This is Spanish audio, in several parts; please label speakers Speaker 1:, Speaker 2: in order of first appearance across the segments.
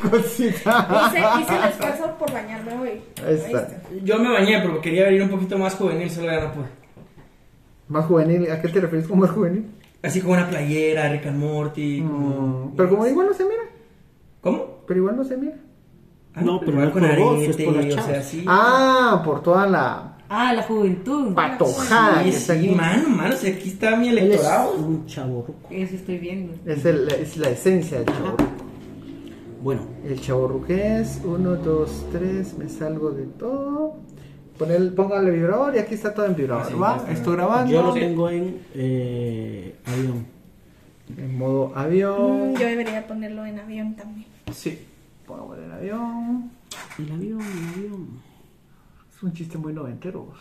Speaker 1: Pues Cosita.
Speaker 2: Hice, hice el esfuerzo por bañarme hoy.
Speaker 1: Ahí está.
Speaker 3: Yo me bañé, pero quería venir un poquito más juvenil, solo ya no pude.
Speaker 1: Más juvenil. ¿A qué te refieres con más juvenil?
Speaker 3: Así como una playera, Rick and Morty.
Speaker 1: Mm, pero como igual no se mira.
Speaker 3: ¿Cómo? Ah,
Speaker 1: Pero igual no se mira.
Speaker 4: No, pero no es
Speaker 3: con
Speaker 4: por vos, es
Speaker 3: arete,
Speaker 4: por las
Speaker 3: o sea,
Speaker 4: chavas.
Speaker 3: así.
Speaker 1: Ah, por toda la
Speaker 5: Ah, la juventud.
Speaker 1: patojada que
Speaker 3: sí,
Speaker 1: está
Speaker 3: sí,
Speaker 1: aquí.
Speaker 3: mano, mano, si aquí está mi
Speaker 4: Él es
Speaker 3: electorado.
Speaker 4: un chavo ruco.
Speaker 5: Eso estoy viendo.
Speaker 1: Es, el- es la esencia del chaborruco.
Speaker 4: Bueno,
Speaker 1: El chaborruco es uno, dos, tres, me salgo de todo. Poner, póngale vibrador y aquí está todo en vibrador.
Speaker 3: Ah, sí,
Speaker 1: ¿va?
Speaker 3: ya está.
Speaker 1: Estoy grabando.
Speaker 4: yo lo
Speaker 3: sí.
Speaker 4: tengo en eh, avión.
Speaker 1: En modo
Speaker 2: Mm,
Speaker 1: avión.
Speaker 2: Yo debería ponerlo en avión también.
Speaker 1: Sí. Pongo en avión.
Speaker 4: El avión, el avión.
Speaker 1: Es un chiste muy noventero.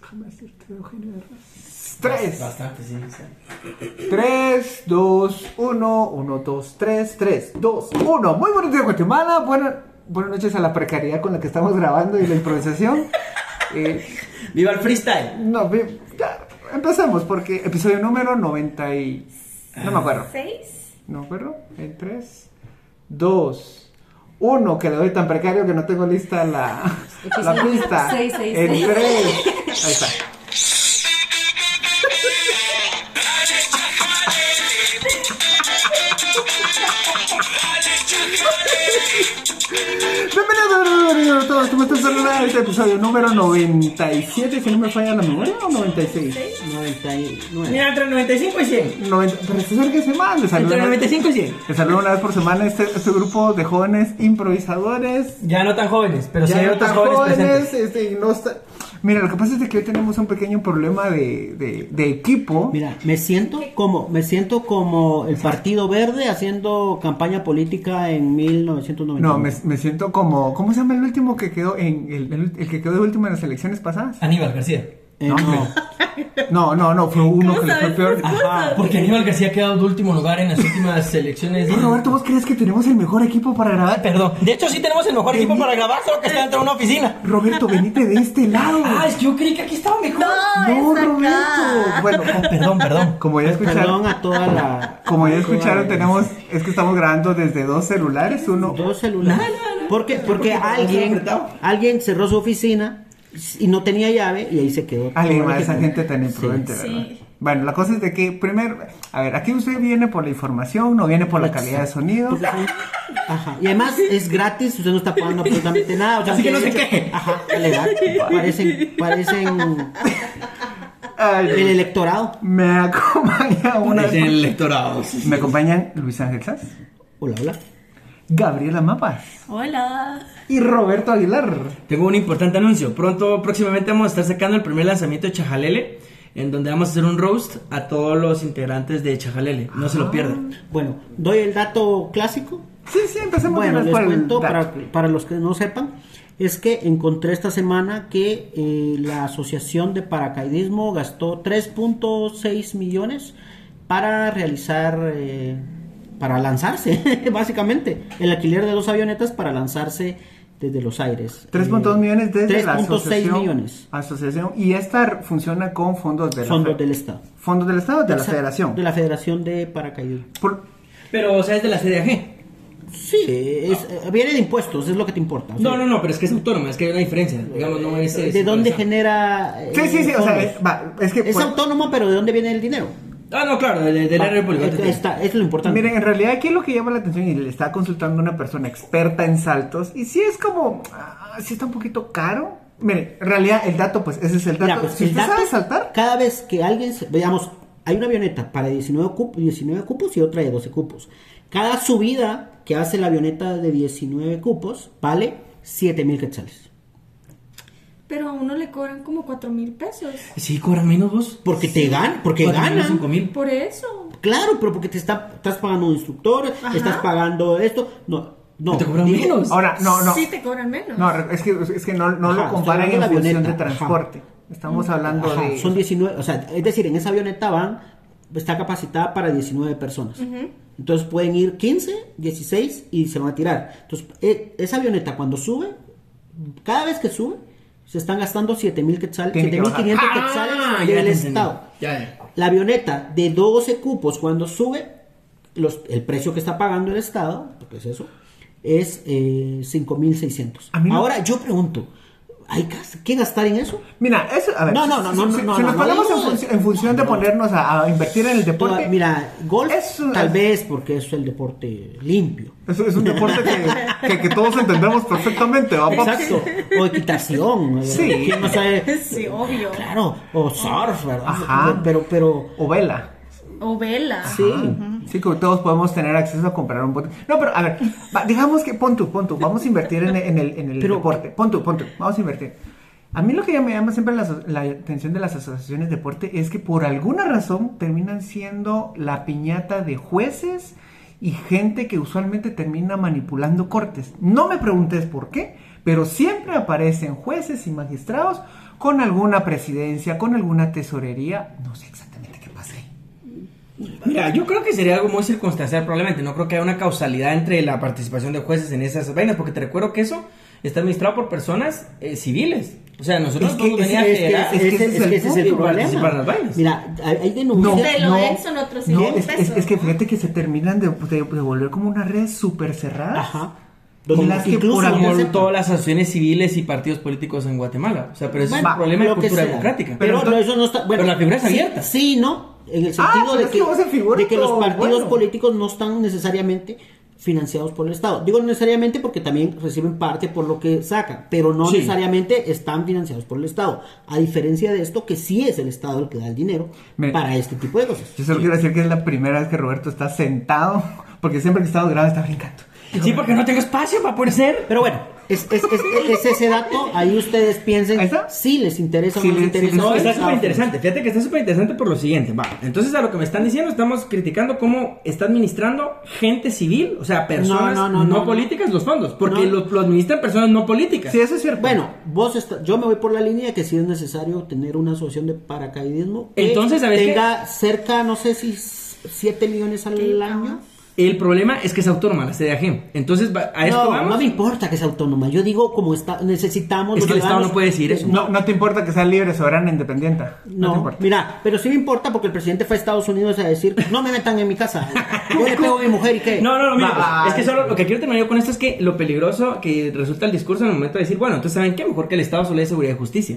Speaker 1: Déjame decirte, Eugenio Derbez. Tres.
Speaker 3: Bastante, sí. sí.
Speaker 1: Tres, dos, uno. Uno, dos, tres, tres, dos, uno. Muy buenos días, Guatemala. Buena- buenas noches a la precariedad con la que estamos grabando y la improvisación. Eh,
Speaker 3: ¡Viva el freestyle!
Speaker 1: no, vi- ya, empecemos porque episodio número 90 y... No me acuerdo.
Speaker 2: ¿Seis?
Speaker 1: No me acuerdo. En tres, dos, uno. Que lo doy tan precario que no tengo lista la, la
Speaker 5: Episodio
Speaker 1: pista.
Speaker 5: seis, seis,
Speaker 1: en
Speaker 5: seis.
Speaker 1: tres. Ahí está. Bienvenidos a todos, ¿cómo están? Saludos este episodio número 97, si no me falla la memoria, o 96?
Speaker 4: 99.
Speaker 3: Mira, entre 95 y 100.
Speaker 1: 90, pero se acérquese más, les saludo una-
Speaker 3: Entre 95 y 100.
Speaker 1: les saludo una vez por semana este, este grupo de jóvenes improvisadores.
Speaker 3: Ya no tan jóvenes, pero sí
Speaker 1: ya
Speaker 3: hay
Speaker 1: no
Speaker 3: otros
Speaker 1: tan
Speaker 3: jóvenes,
Speaker 1: jóvenes,
Speaker 3: presentes.
Speaker 1: este, y no está- Mira, lo que pasa es de que hoy tenemos un pequeño problema de, de- de equipo.
Speaker 4: Mira, me siento como me siento como el Partido Verde haciendo campaña política en 1990.
Speaker 1: No, me, me siento como. ¿Cómo se llama el último que quedó en el, el- el que quedó de último en las elecciones pasadas?
Speaker 3: Aníbal García.
Speaker 4: Eh, no.
Speaker 1: hombre. No, no, no, fue uno
Speaker 2: ¿Cómo
Speaker 1: que le fue
Speaker 2: sabes
Speaker 1: peor.
Speaker 2: esas
Speaker 1: Ajá.
Speaker 2: cosas?
Speaker 3: Porque Aníbal García ha quedado de último lugar en las últimas elecciones.
Speaker 1: Eh, Roberto, ¿vos crees que tenemos el mejor equipo para grabar?
Speaker 3: Perdón. De hecho, sí tenemos el mejor equipo para grabar, solo que está dentro de una oficina.
Speaker 1: Roberto, venite de este lado.
Speaker 3: Ah, es que yo creí que aquí estaba mejor.
Speaker 1: no, Roberto. Bueno,
Speaker 3: Perdón, perdón.
Speaker 1: como ya escucharon,
Speaker 4: Perdón a toda la
Speaker 1: como ya
Speaker 4: a toda
Speaker 1: escucharon,
Speaker 4: la-
Speaker 1: tenemos, es que estamos grabando desde dos celulares, uno.
Speaker 4: dos celulares. Porque porque alguien alguien cerró su oficina y no tenía llave y ahí se quedó.
Speaker 1: Alguien más,
Speaker 4: Todo
Speaker 1: Ah, esa
Speaker 4: lo que-
Speaker 1: gente tan imprudente,
Speaker 2: Sí.
Speaker 1: ¿verdad?
Speaker 2: Sí.
Speaker 1: Bueno, la cosa es de que, primero, a ver, aquí usted viene por la información, no viene por la calidad de sonido.
Speaker 4: Porque son- Pues, Ajá. Y además es gratis, usted no está pagando absolutamente nada. o sea,
Speaker 3: Así que no
Speaker 4: de
Speaker 3: se
Speaker 4: hecho-
Speaker 3: queje.
Speaker 4: Ajá, le da. Parecen, parecen
Speaker 1: Ay,
Speaker 4: el Pues electorado.
Speaker 1: me acompaña una.
Speaker 3: electorado.
Speaker 1: Me acompañan Luis Ángel Sanz,
Speaker 4: Hola, hola.
Speaker 1: Gabriela Mapas
Speaker 2: Hola.
Speaker 1: y Roberto Aguilar.
Speaker 3: Tengo un importante anuncio. Pronto, próximamente vamos a estar sacando el primer lanzamiento de Chajalele, en donde vamos a hacer un roast a todos los integrantes de Chajalele. No
Speaker 4: Ah.
Speaker 3: se lo pierdan.
Speaker 4: Bueno, doy el dato clásico.
Speaker 1: Sí, sí, empecemos de
Speaker 4: Bueno,
Speaker 1: una
Speaker 4: les
Speaker 1: vez por el
Speaker 4: cuento
Speaker 1: dato.
Speaker 4: para, para los que no sepan, es que encontré esta semana que eh, la Asociación de Paracaidismo gastó 3.6 millones para realizar, eh, para lanzarse, básicamente, el alquiler de dos avionetas para lanzarse desde los aires.
Speaker 1: 3.2
Speaker 4: Eh,
Speaker 1: millones desde la
Speaker 4: 3.6
Speaker 1: asociación,
Speaker 4: millones.
Speaker 1: asociación. Y esta funciona con fondos de la
Speaker 4: Fondos
Speaker 1: fe-
Speaker 4: del Estado.
Speaker 1: fondos del Estado o de la
Speaker 4: Exacto,
Speaker 1: Federación.
Speaker 4: De la Federación de Paracaidismo.
Speaker 1: Por-
Speaker 3: Pero, o sea, es de la CDAG.
Speaker 4: Sí, es- eh, viene de impuestos, es lo que te importa. o sea,
Speaker 3: No, no, no, pero es que es autónoma, es que hay una diferencia. Digamos, no es. es-
Speaker 4: ¿De dónde
Speaker 3: esa.
Speaker 4: genera? eh,
Speaker 1: Sí, sí, sí, o sea,
Speaker 4: fondos?
Speaker 1: es, va, es que
Speaker 4: Es
Speaker 1: por-
Speaker 4: autónomo, pero ¿de dónde viene el dinero?
Speaker 3: Ah, no, claro, de- de- del área
Speaker 4: Va,
Speaker 3: pública.
Speaker 4: eh, está- es lo importante.
Speaker 1: Miren, en realidad aquí lo que llama la atención y le está consultando una persona experta en saltos y si es como, ah, si está un poquito caro. Miren, en realidad el dato, pues ese es el dato.
Speaker 4: Mira, pues,
Speaker 1: si
Speaker 4: el
Speaker 1: usted
Speaker 4: dato-
Speaker 1: sabe saltar,
Speaker 4: Cada vez que alguien, se- veamos, hay una avioneta para 19, cup- 19 cupos y otra de 12 cupos. Cada subida que hace la avioneta de 19 cupos vale 7 mil quetzales.
Speaker 2: Pero a uno le cobran como cuatro mil pesos.
Speaker 3: Sí, cobran menos vos.
Speaker 4: Porque te ganan, porque
Speaker 3: Cuatro mil,
Speaker 4: ganan.
Speaker 3: cinco mil.
Speaker 2: Por eso.
Speaker 4: Claro, pero porque te está, estás pagando un instructor,
Speaker 2: Ajá.
Speaker 4: estás pagando esto. No, no.
Speaker 3: Te cobran
Speaker 4: digo,
Speaker 3: menos.
Speaker 1: ahora, no, no.
Speaker 2: Sí te cobran menos.
Speaker 1: No, es que, es que no, no
Speaker 4: pues, Ajá,
Speaker 1: lo comparan
Speaker 4: estoy
Speaker 1: en
Speaker 4: hablando de la
Speaker 1: función de
Speaker 4: avioneta, ajá. Mm,
Speaker 1: transporte. Estamos hablando
Speaker 4: Ajá,
Speaker 1: de...
Speaker 4: Son 19, o sea, es decir, en esa avioneta van, está capacitada para 19 personas. Entonces pueden ir 15, 16 y se van a tirar. Entonces, e- esa avioneta cuando sube, cada vez que sube, se están gastando 7.000 quetzales,
Speaker 1: Tiene que
Speaker 4: 7.500
Speaker 1: bajar. Ah,
Speaker 4: quetzales
Speaker 3: Ah, ya
Speaker 4: del
Speaker 3: te entendí.
Speaker 4: Estado.
Speaker 3: Ya, ya.
Speaker 4: La avioneta de 12 cupos cuando sube, los- el precio que está pagando el Estado, porque es eso, es eh, 5.600.
Speaker 1: A mí no-
Speaker 4: Ahora yo pregunto, ¿hay gas- que gastar en eso?
Speaker 1: Mira, eso, a ver,
Speaker 4: No, no, no,
Speaker 1: si,
Speaker 4: no,
Speaker 1: si-
Speaker 4: no,
Speaker 1: si nos
Speaker 4: no, no,
Speaker 1: ponemos
Speaker 4: no,
Speaker 1: en,
Speaker 4: no.
Speaker 1: funci- en función de ponernos a, a invertir en el
Speaker 4: Toda-
Speaker 1: deporte,
Speaker 4: mira, golf
Speaker 1: es un-
Speaker 4: tal vez porque es el deporte limpio.
Speaker 1: es, es un deporte que, que, que todos entendemos perfectamente, ¿va, papi?
Speaker 4: Exacto. O equitación.
Speaker 1: Sí.
Speaker 4: eh, ¿quién no sabe?
Speaker 2: Sí, obvio.
Speaker 4: Claro. O surf, ¿verdad?
Speaker 1: Ajá.
Speaker 4: Pero, pero.
Speaker 1: O vela.
Speaker 2: O vela.
Speaker 4: Sí.
Speaker 1: Sí, que todos podemos tener acceso a comprar un bote. No, pero a ver, va, digamos que pon tú, pon tú, vamos a invertir en, en el, en el
Speaker 4: Pero-
Speaker 1: deporte. Pon tú, pon tú, vamos a invertir. A mí lo que ya me llama siempre la, aso- la atención de las asociaciones de deporte es que por alguna razón terminan siendo la piñata de jueces y gente que usualmente termina manipulando cortes. No me preguntes por qué, pero siempre aparecen jueces y magistrados con alguna presidencia, con alguna tesorería. No sé exactamente qué pasa ahí.
Speaker 3: Mira, yo creo que sería algo muy circunstancial probablemente. No creo que haya una causalidad entre la participación de jueces en esas vainas, porque te recuerdo que eso está administrado por personas eh, civiles. O sea, nosotros
Speaker 4: Es
Speaker 3: no
Speaker 4: que
Speaker 3: podemos venir a
Speaker 4: ese-
Speaker 3: generar-
Speaker 4: es que ese- es que ese es el
Speaker 3: público, participar en las
Speaker 4: problema.
Speaker 3: vainas.
Speaker 4: Mira, hay hay denuncias.
Speaker 2: Te lo den, son otros
Speaker 1: no,
Speaker 2: 100
Speaker 1: es, es-
Speaker 2: pesos,
Speaker 1: es que
Speaker 2: ¿no?
Speaker 1: fíjate que se terminan de, de- de volver como una red súper cerrada.
Speaker 4: Ajá.
Speaker 1: Y las que por
Speaker 4: algún
Speaker 1: amor
Speaker 3: como
Speaker 4: concepto-
Speaker 3: todas las asociaciones civiles y partidos políticos en Guatemala. O sea, pero ese
Speaker 1: Bueno,
Speaker 3: es un problema de
Speaker 4: lo que
Speaker 3: cultura
Speaker 4: sea.
Speaker 3: democrática.
Speaker 4: Pero,
Speaker 1: Pero
Speaker 4: no, eso no está. Bueno,
Speaker 3: pero la figura es
Speaker 4: sí,
Speaker 3: abierta.
Speaker 4: Sí, no. En el
Speaker 1: Ah,
Speaker 4: sentido
Speaker 1: pero
Speaker 4: de,
Speaker 1: es
Speaker 4: que,
Speaker 1: que vos en figura,
Speaker 4: de que los
Speaker 1: pero
Speaker 4: partidos
Speaker 1: bueno.
Speaker 4: políticos no están necesariamente financiados por el Estado. Digo no necesariamente porque también reciben parte por lo que sacan, pero no
Speaker 3: Sí.
Speaker 4: necesariamente están financiados por el Estado. A diferencia de esto, que sí es el Estado el que da el dinero
Speaker 1: Me-
Speaker 4: para este tipo de cosas.
Speaker 1: Yo solo quiero decir que es la primera vez que Roberto está sentado, porque siempre que estamos grabando está brincando.
Speaker 3: Sí, porque no tengo espacio para poder ser.
Speaker 4: Pero bueno, es, es- es- es ese dato, ahí ustedes piensen
Speaker 1: ¿Ahí está?
Speaker 4: si les interesa
Speaker 1: Si
Speaker 4: o no les
Speaker 1: les- si
Speaker 4: interesa.
Speaker 1: les-
Speaker 4: o
Speaker 3: No,
Speaker 4: les
Speaker 3: está
Speaker 4: interesa.
Speaker 3: súper interesante. Fíjate que está súper interesante por lo siguiente. Va, entonces a lo que me están diciendo, estamos criticando cómo está administrando gente civil, o sea, personas
Speaker 4: No,
Speaker 3: no,
Speaker 4: no, no, no.
Speaker 3: políticas los fondos, porque
Speaker 4: No.
Speaker 3: lo, lo administran personas no políticas.
Speaker 1: Sí, eso es cierto.
Speaker 4: Bueno, vos está- yo me voy por la línea de que sí es necesario tener una asociación de paracaidismo que
Speaker 3: Entonces, ¿sabes qué?
Speaker 4: tenga cerca, no sé si 7 millones al año.
Speaker 3: El problema es que es autónoma la CDAG. Entonces, va- a esto
Speaker 4: no,
Speaker 3: vamos.
Speaker 4: no me importa que sea autónoma. Yo digo como está, necesitamos...
Speaker 3: Es que el Estado
Speaker 4: ciudadanos-
Speaker 3: no puede decidir eso.
Speaker 1: no, no te importa que sea libre, soberana, independiente. No, te
Speaker 4: No,
Speaker 1: importa.
Speaker 4: mira, pero sí me importa porque el presidente fue a Estados Unidos a decir, no me metan en mi casa, yo le pego a mi mujer y qué.
Speaker 3: No, no, no, mira,
Speaker 1: Eh, Va.
Speaker 3: pues, es que solo lo que quiero terminar yo con esto es que lo peligroso que resulta el discurso en el momento de decir, bueno, entonces ¿saben qué? Mejor que el Estado solo dé seguridad y justicia.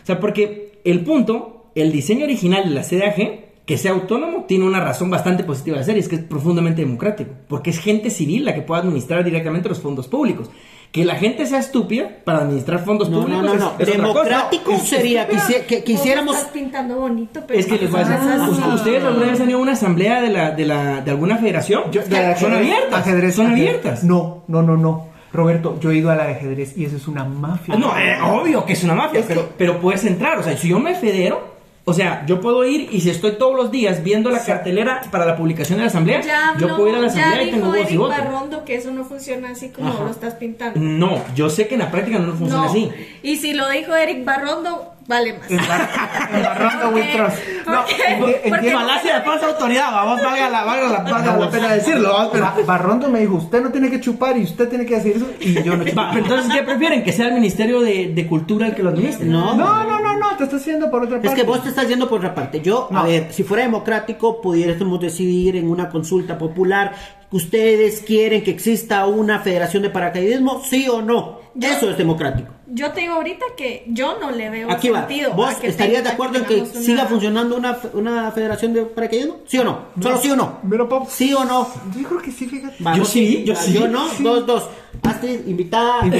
Speaker 3: O sea, porque el punto, el diseño original de la CDAG, que sea autónomo, tiene una razón bastante positiva de ser, y es que es profundamente democrático, porque es gente civil la que puede administrar directamente los fondos públicos. Que la gente sea estúpida para administrar fondos
Speaker 4: No,
Speaker 3: públicos
Speaker 4: no, no,
Speaker 3: es-
Speaker 4: no.
Speaker 3: es otra cosa.
Speaker 4: Democrático sería que, hici- que
Speaker 2: Vos
Speaker 4: quisiéramos...
Speaker 2: Estás pintando bonito, pero.
Speaker 3: Es que les voy a decir,
Speaker 2: Ah,
Speaker 3: ¿us- ¿ustedes alguna vez han ido a una asamblea de, la, de, la, de alguna federación?
Speaker 1: Yo- la de ajedrez-
Speaker 3: son abiertas.
Speaker 1: ajedrez,
Speaker 3: son
Speaker 1: ajedrez.
Speaker 3: abiertas.
Speaker 1: No, no, no, no. Roberto, yo he ido a la de ajedrez y eso es una mafia.
Speaker 3: Ah, No, eh, obvio que es una mafia,
Speaker 1: Es
Speaker 3: pero,
Speaker 1: que-
Speaker 3: pero puedes entrar. O sea, si yo me federo, o sea, yo puedo ir y si estoy todos los días viendo la cartelera para la publicación de la asamblea,
Speaker 2: Ya habló,
Speaker 3: yo puedo ir a la
Speaker 2: ya
Speaker 3: asamblea y tengo
Speaker 2: dijo
Speaker 3: voz y
Speaker 2: Eric
Speaker 3: voto.
Speaker 2: Barrondo que eso no funciona así como
Speaker 4: Ajá.
Speaker 2: lo estás pintando.
Speaker 3: No, yo sé que en la práctica no funciona
Speaker 2: no.
Speaker 3: así. Eh.
Speaker 2: Y si lo dijo Eric Barrondo, vale más.
Speaker 1: Embarrando
Speaker 2: ¿Por qué?
Speaker 1: Wintros. No,
Speaker 2: ¿Por qué?
Speaker 1: enti-
Speaker 2: Porque
Speaker 1: entiendo.
Speaker 2: no-
Speaker 3: Palacio de falsa autoridad, vamos, valga la, valga la, valga la pena decirlo. vamos, pero-
Speaker 1: Ba- ¿ah? Barrondo me dijo, usted no tiene que chupar y usted tiene que decir eso y yo no chupo.
Speaker 3: Va, entonces, ¿qué prefieren? ¿Que sea el Ministerio de, de Cultura el que lo administre?
Speaker 4: No,
Speaker 1: No, no, no, no, te estás haciendo por otra parte.
Speaker 4: Es que vos te estás yendo por otra parte. Yo, a
Speaker 1: No.
Speaker 4: ver, si fuera democrático, pudiéramos decidir en una consulta popular, ¿ustedes quieren que exista una federación de paracaidismo? ¿Sí o no? Eso es democrático.
Speaker 2: Yo te digo ahorita que yo no le veo
Speaker 4: Aquí va.
Speaker 2: sentido.
Speaker 4: ¿Vos
Speaker 2: a que
Speaker 4: estarías de
Speaker 2: tenga-
Speaker 4: acuerdo en que
Speaker 2: tengamos una-
Speaker 4: siga funcionando una, fe- una federación de paracaidismo? ¿Sí o no? ¿Solo sí o no?
Speaker 1: Pero, Pop,
Speaker 4: ¿Sí o no?
Speaker 1: yo creo que sí, fíjate.
Speaker 4: Va,
Speaker 3: Yo
Speaker 4: vos-
Speaker 3: sí, yo sí.
Speaker 4: Yo no,
Speaker 3: Sí.
Speaker 4: dos, dos. Hazte invitada.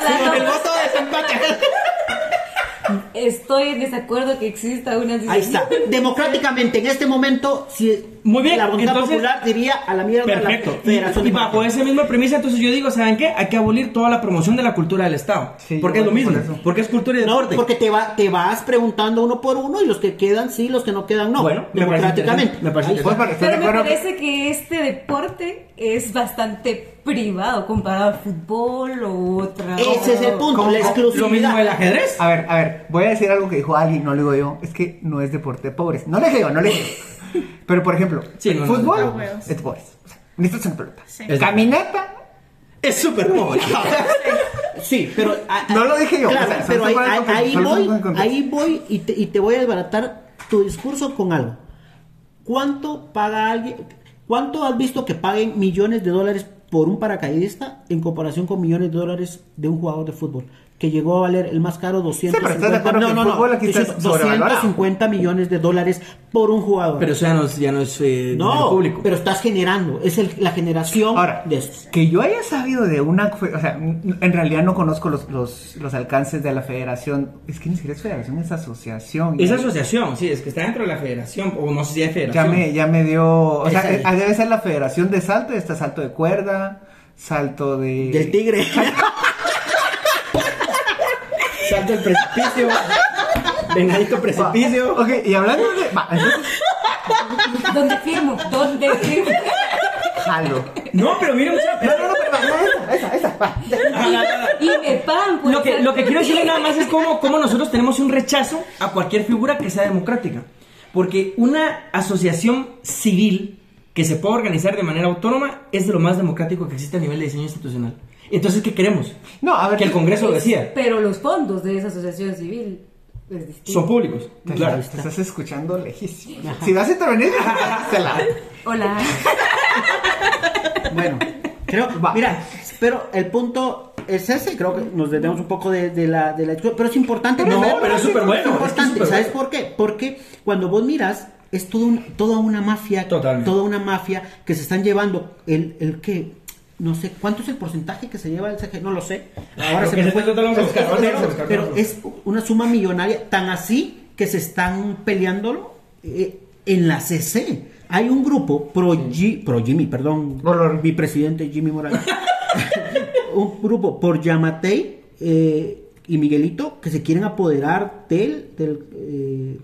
Speaker 5: Claro,
Speaker 4: el voto de desempate.
Speaker 5: Estoy en desacuerdo que exista una
Speaker 4: Ahí está. Democráticamente, en este momento, si
Speaker 3: Muy bien,
Speaker 4: la voluntad
Speaker 3: entonces-
Speaker 4: popular diría a la mierda la
Speaker 3: Perfecto.
Speaker 4: Federación
Speaker 3: Y, y pues,
Speaker 4: de
Speaker 3: bajo
Speaker 4: Paracaidismo.
Speaker 3: esa misma premisa, entonces yo digo, ¿saben qué? Hay que abolir toda la promoción de la cultura del Estado.
Speaker 1: Sí,
Speaker 3: porque
Speaker 1: yo
Speaker 3: es lo
Speaker 1: voy por
Speaker 3: mismo.
Speaker 1: eso.
Speaker 3: porque es cultura y
Speaker 4: No,
Speaker 3: deporte.
Speaker 4: porque te, va, te vas preguntando uno por uno y los que quedan sí, los que no quedan no.
Speaker 3: Bueno, me parece
Speaker 4: democráticamente.
Speaker 3: interesante, me parece
Speaker 4: Ahí
Speaker 1: Pues,
Speaker 4: está.
Speaker 1: para que estés de
Speaker 5: Pero me
Speaker 1: acuerdo que-
Speaker 5: parece que este deporte es bastante privado comparado al fútbol o otra.
Speaker 4: Ese es el punto,
Speaker 1: Como-
Speaker 4: la
Speaker 1: como-
Speaker 4: exclusividad.
Speaker 3: Lo
Speaker 4: Ah,
Speaker 3: mismo el ajedrez.
Speaker 1: A ver, a ver, voy a decir algo que dijo alguien, no lo digo yo, es que no es deporte de pobres. No le digo, no le digo. Pero por ejemplo,
Speaker 3: Sí, no, no,
Speaker 1: fútbol
Speaker 3: no,
Speaker 2: no.
Speaker 1: es de pobres. O sea, necesitas una pelota.
Speaker 2: Sí.
Speaker 3: Es-
Speaker 1: Caminata.
Speaker 3: Es súper pobre.
Speaker 4: Sí, pero... a- a-
Speaker 1: No lo dije yo,
Speaker 4: claro,
Speaker 1: o sea,
Speaker 4: pero
Speaker 1: solo
Speaker 4: ahí,
Speaker 1: pongo en
Speaker 4: ahí-
Speaker 1: contexto,
Speaker 4: ahí
Speaker 1: solo
Speaker 4: voy,
Speaker 1: pongo en contexto.
Speaker 4: ahí voy y te, y te voy a desbaratar tu discurso con algo. ¿Cuánto paga alguien? ¿Cuánto has visto que paguen millones de dólares por un paracaidista en comparación con millones de dólares de un jugador de fútbol? Que llegó a valer el más caro
Speaker 1: pero estás de
Speaker 4: 250,
Speaker 1: acuerdo que
Speaker 4: no,
Speaker 1: el
Speaker 4: no, no,
Speaker 1: fútbol aquí está
Speaker 4: es decir,
Speaker 1: sobrevalorado.
Speaker 4: 250 millones de dólares por un jugador.
Speaker 3: Pero eso ya no es, ya no es eh, dinero
Speaker 4: no,
Speaker 3: público.
Speaker 4: pero estás generando, es el- la generación
Speaker 1: Ahora,
Speaker 4: de estos.
Speaker 1: que yo haya sabido de una. fe- O sea, n- en realidad no conozco los, los, los alcances de la federación. Es que ni siquiera es federación, es asociación.
Speaker 3: Esa
Speaker 1: Ya-
Speaker 3: asociación, sí, es que está dentro de la federación, o no sé si hay
Speaker 1: Ya
Speaker 3: federación.
Speaker 1: me, ya me dio. O sea,
Speaker 4: Esa es.
Speaker 1: eh, debe ser la federación de salto. Está salto de cuerda, salto de.
Speaker 4: Del tigre.
Speaker 3: Salto el precipicio, venadito
Speaker 1: Va,
Speaker 3: precipicio.
Speaker 1: Ah, Ok, y hablando de. va, entonces,
Speaker 5: ¿Dónde firmo? ¿Dónde firmo?
Speaker 1: jalo.
Speaker 3: No, pero mira, o sea,
Speaker 1: No, no, no, pero va, no, esa, esa, esa, va.
Speaker 5: Y, y me pagan por
Speaker 3: Lo que,
Speaker 5: estar
Speaker 3: lo que quiero decirle
Speaker 5: contigo.
Speaker 3: nada más es cómo, cómo nosotros tenemos un rechazo a cualquier figura que sea democrática. Porque una asociación civil que se pueda organizar de manera autónoma es de lo más democrático que existe a nivel de diseño institucional. Entonces, ¿qué queremos?
Speaker 1: No, a ver.
Speaker 3: Que el Congreso lo decida.
Speaker 5: Pero los fondos de esa asociación civil es distinto.
Speaker 3: Son públicos.
Speaker 1: Te,
Speaker 3: Claro.
Speaker 1: te estás escuchando lejísimo. Si vas a intervenir, se la.
Speaker 5: Hola.
Speaker 4: Bueno, creo,
Speaker 1: Va.
Speaker 4: mira, pero el punto es ese, creo que nos detenemos un poco de, de la, de la discusión, pero es importante.
Speaker 3: No,
Speaker 4: primero,
Speaker 3: pero es superbueno, es que es
Speaker 4: importante,
Speaker 3: superbueno.
Speaker 4: ¿sabes por qué? Porque cuando vos miras, es todo un- toda una mafia,
Speaker 3: Totalmente.
Speaker 4: toda una mafia que se están llevando, el, el que, no sé, ¿cuánto es el porcentaje que se lleva el CG? No lo sé. Ahora
Speaker 3: Lo
Speaker 4: se
Speaker 3: que
Speaker 4: me
Speaker 3: se
Speaker 4: fue.
Speaker 3: trató, lo vamos a buscar, ahora lo
Speaker 4: Pero-
Speaker 3: vamos a buscar, lo
Speaker 4: Pero
Speaker 3: vamos a
Speaker 4: es una suma millonaria, tan así que se están peleándolo eh, en la CC. Hay un grupo pro, Gi- pro Jimmy, perdón,
Speaker 1: Olor.
Speaker 4: mi presidente Jimmy Morales. un grupo por Yamatei eh, y Miguelito que se quieren apoderar del, del, eh,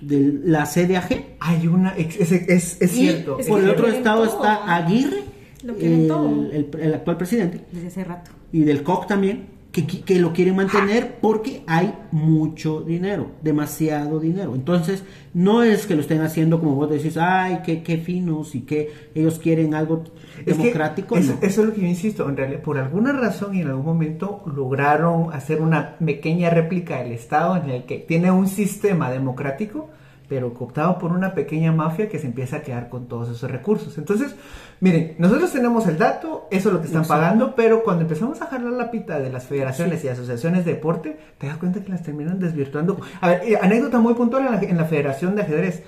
Speaker 4: del- la CDAG.
Speaker 1: Hay una. Es, es, es- es
Speaker 4: Y
Speaker 1: cierto.
Speaker 5: es
Speaker 1: es
Speaker 5: que
Speaker 4: por el
Speaker 5: lo
Speaker 4: otro
Speaker 5: quieren
Speaker 4: estado
Speaker 5: todo.
Speaker 4: está Aguirre,
Speaker 2: Lo quieren
Speaker 4: el,
Speaker 2: todo.
Speaker 4: el- el actual presidente,
Speaker 5: Desde hace rato.
Speaker 4: y del COC también, que, qui- que lo quieren mantener porque hay mucho dinero, demasiado dinero. Entonces, no es que lo estén haciendo como vos decís, ay, qué, qué finos y que ellos quieren algo
Speaker 1: que
Speaker 4: democrático.
Speaker 1: eso,
Speaker 4: no.
Speaker 1: eso es lo que yo insisto. En realidad, por alguna razón y en algún momento lograron hacer una pequeña réplica del Estado en el que tiene un sistema democrático, pero cooptado por una pequeña mafia que se empieza a quedar con todos esos recursos. Entonces, miren, nosotros tenemos el dato, eso es lo que están pagando, pero cuando empezamos a jalar la pita de las federaciones y asociaciones de deporte, te das cuenta que las terminan desvirtuando. A ver, eh, anécdota muy puntual en la- en la Federación de Ajedrez.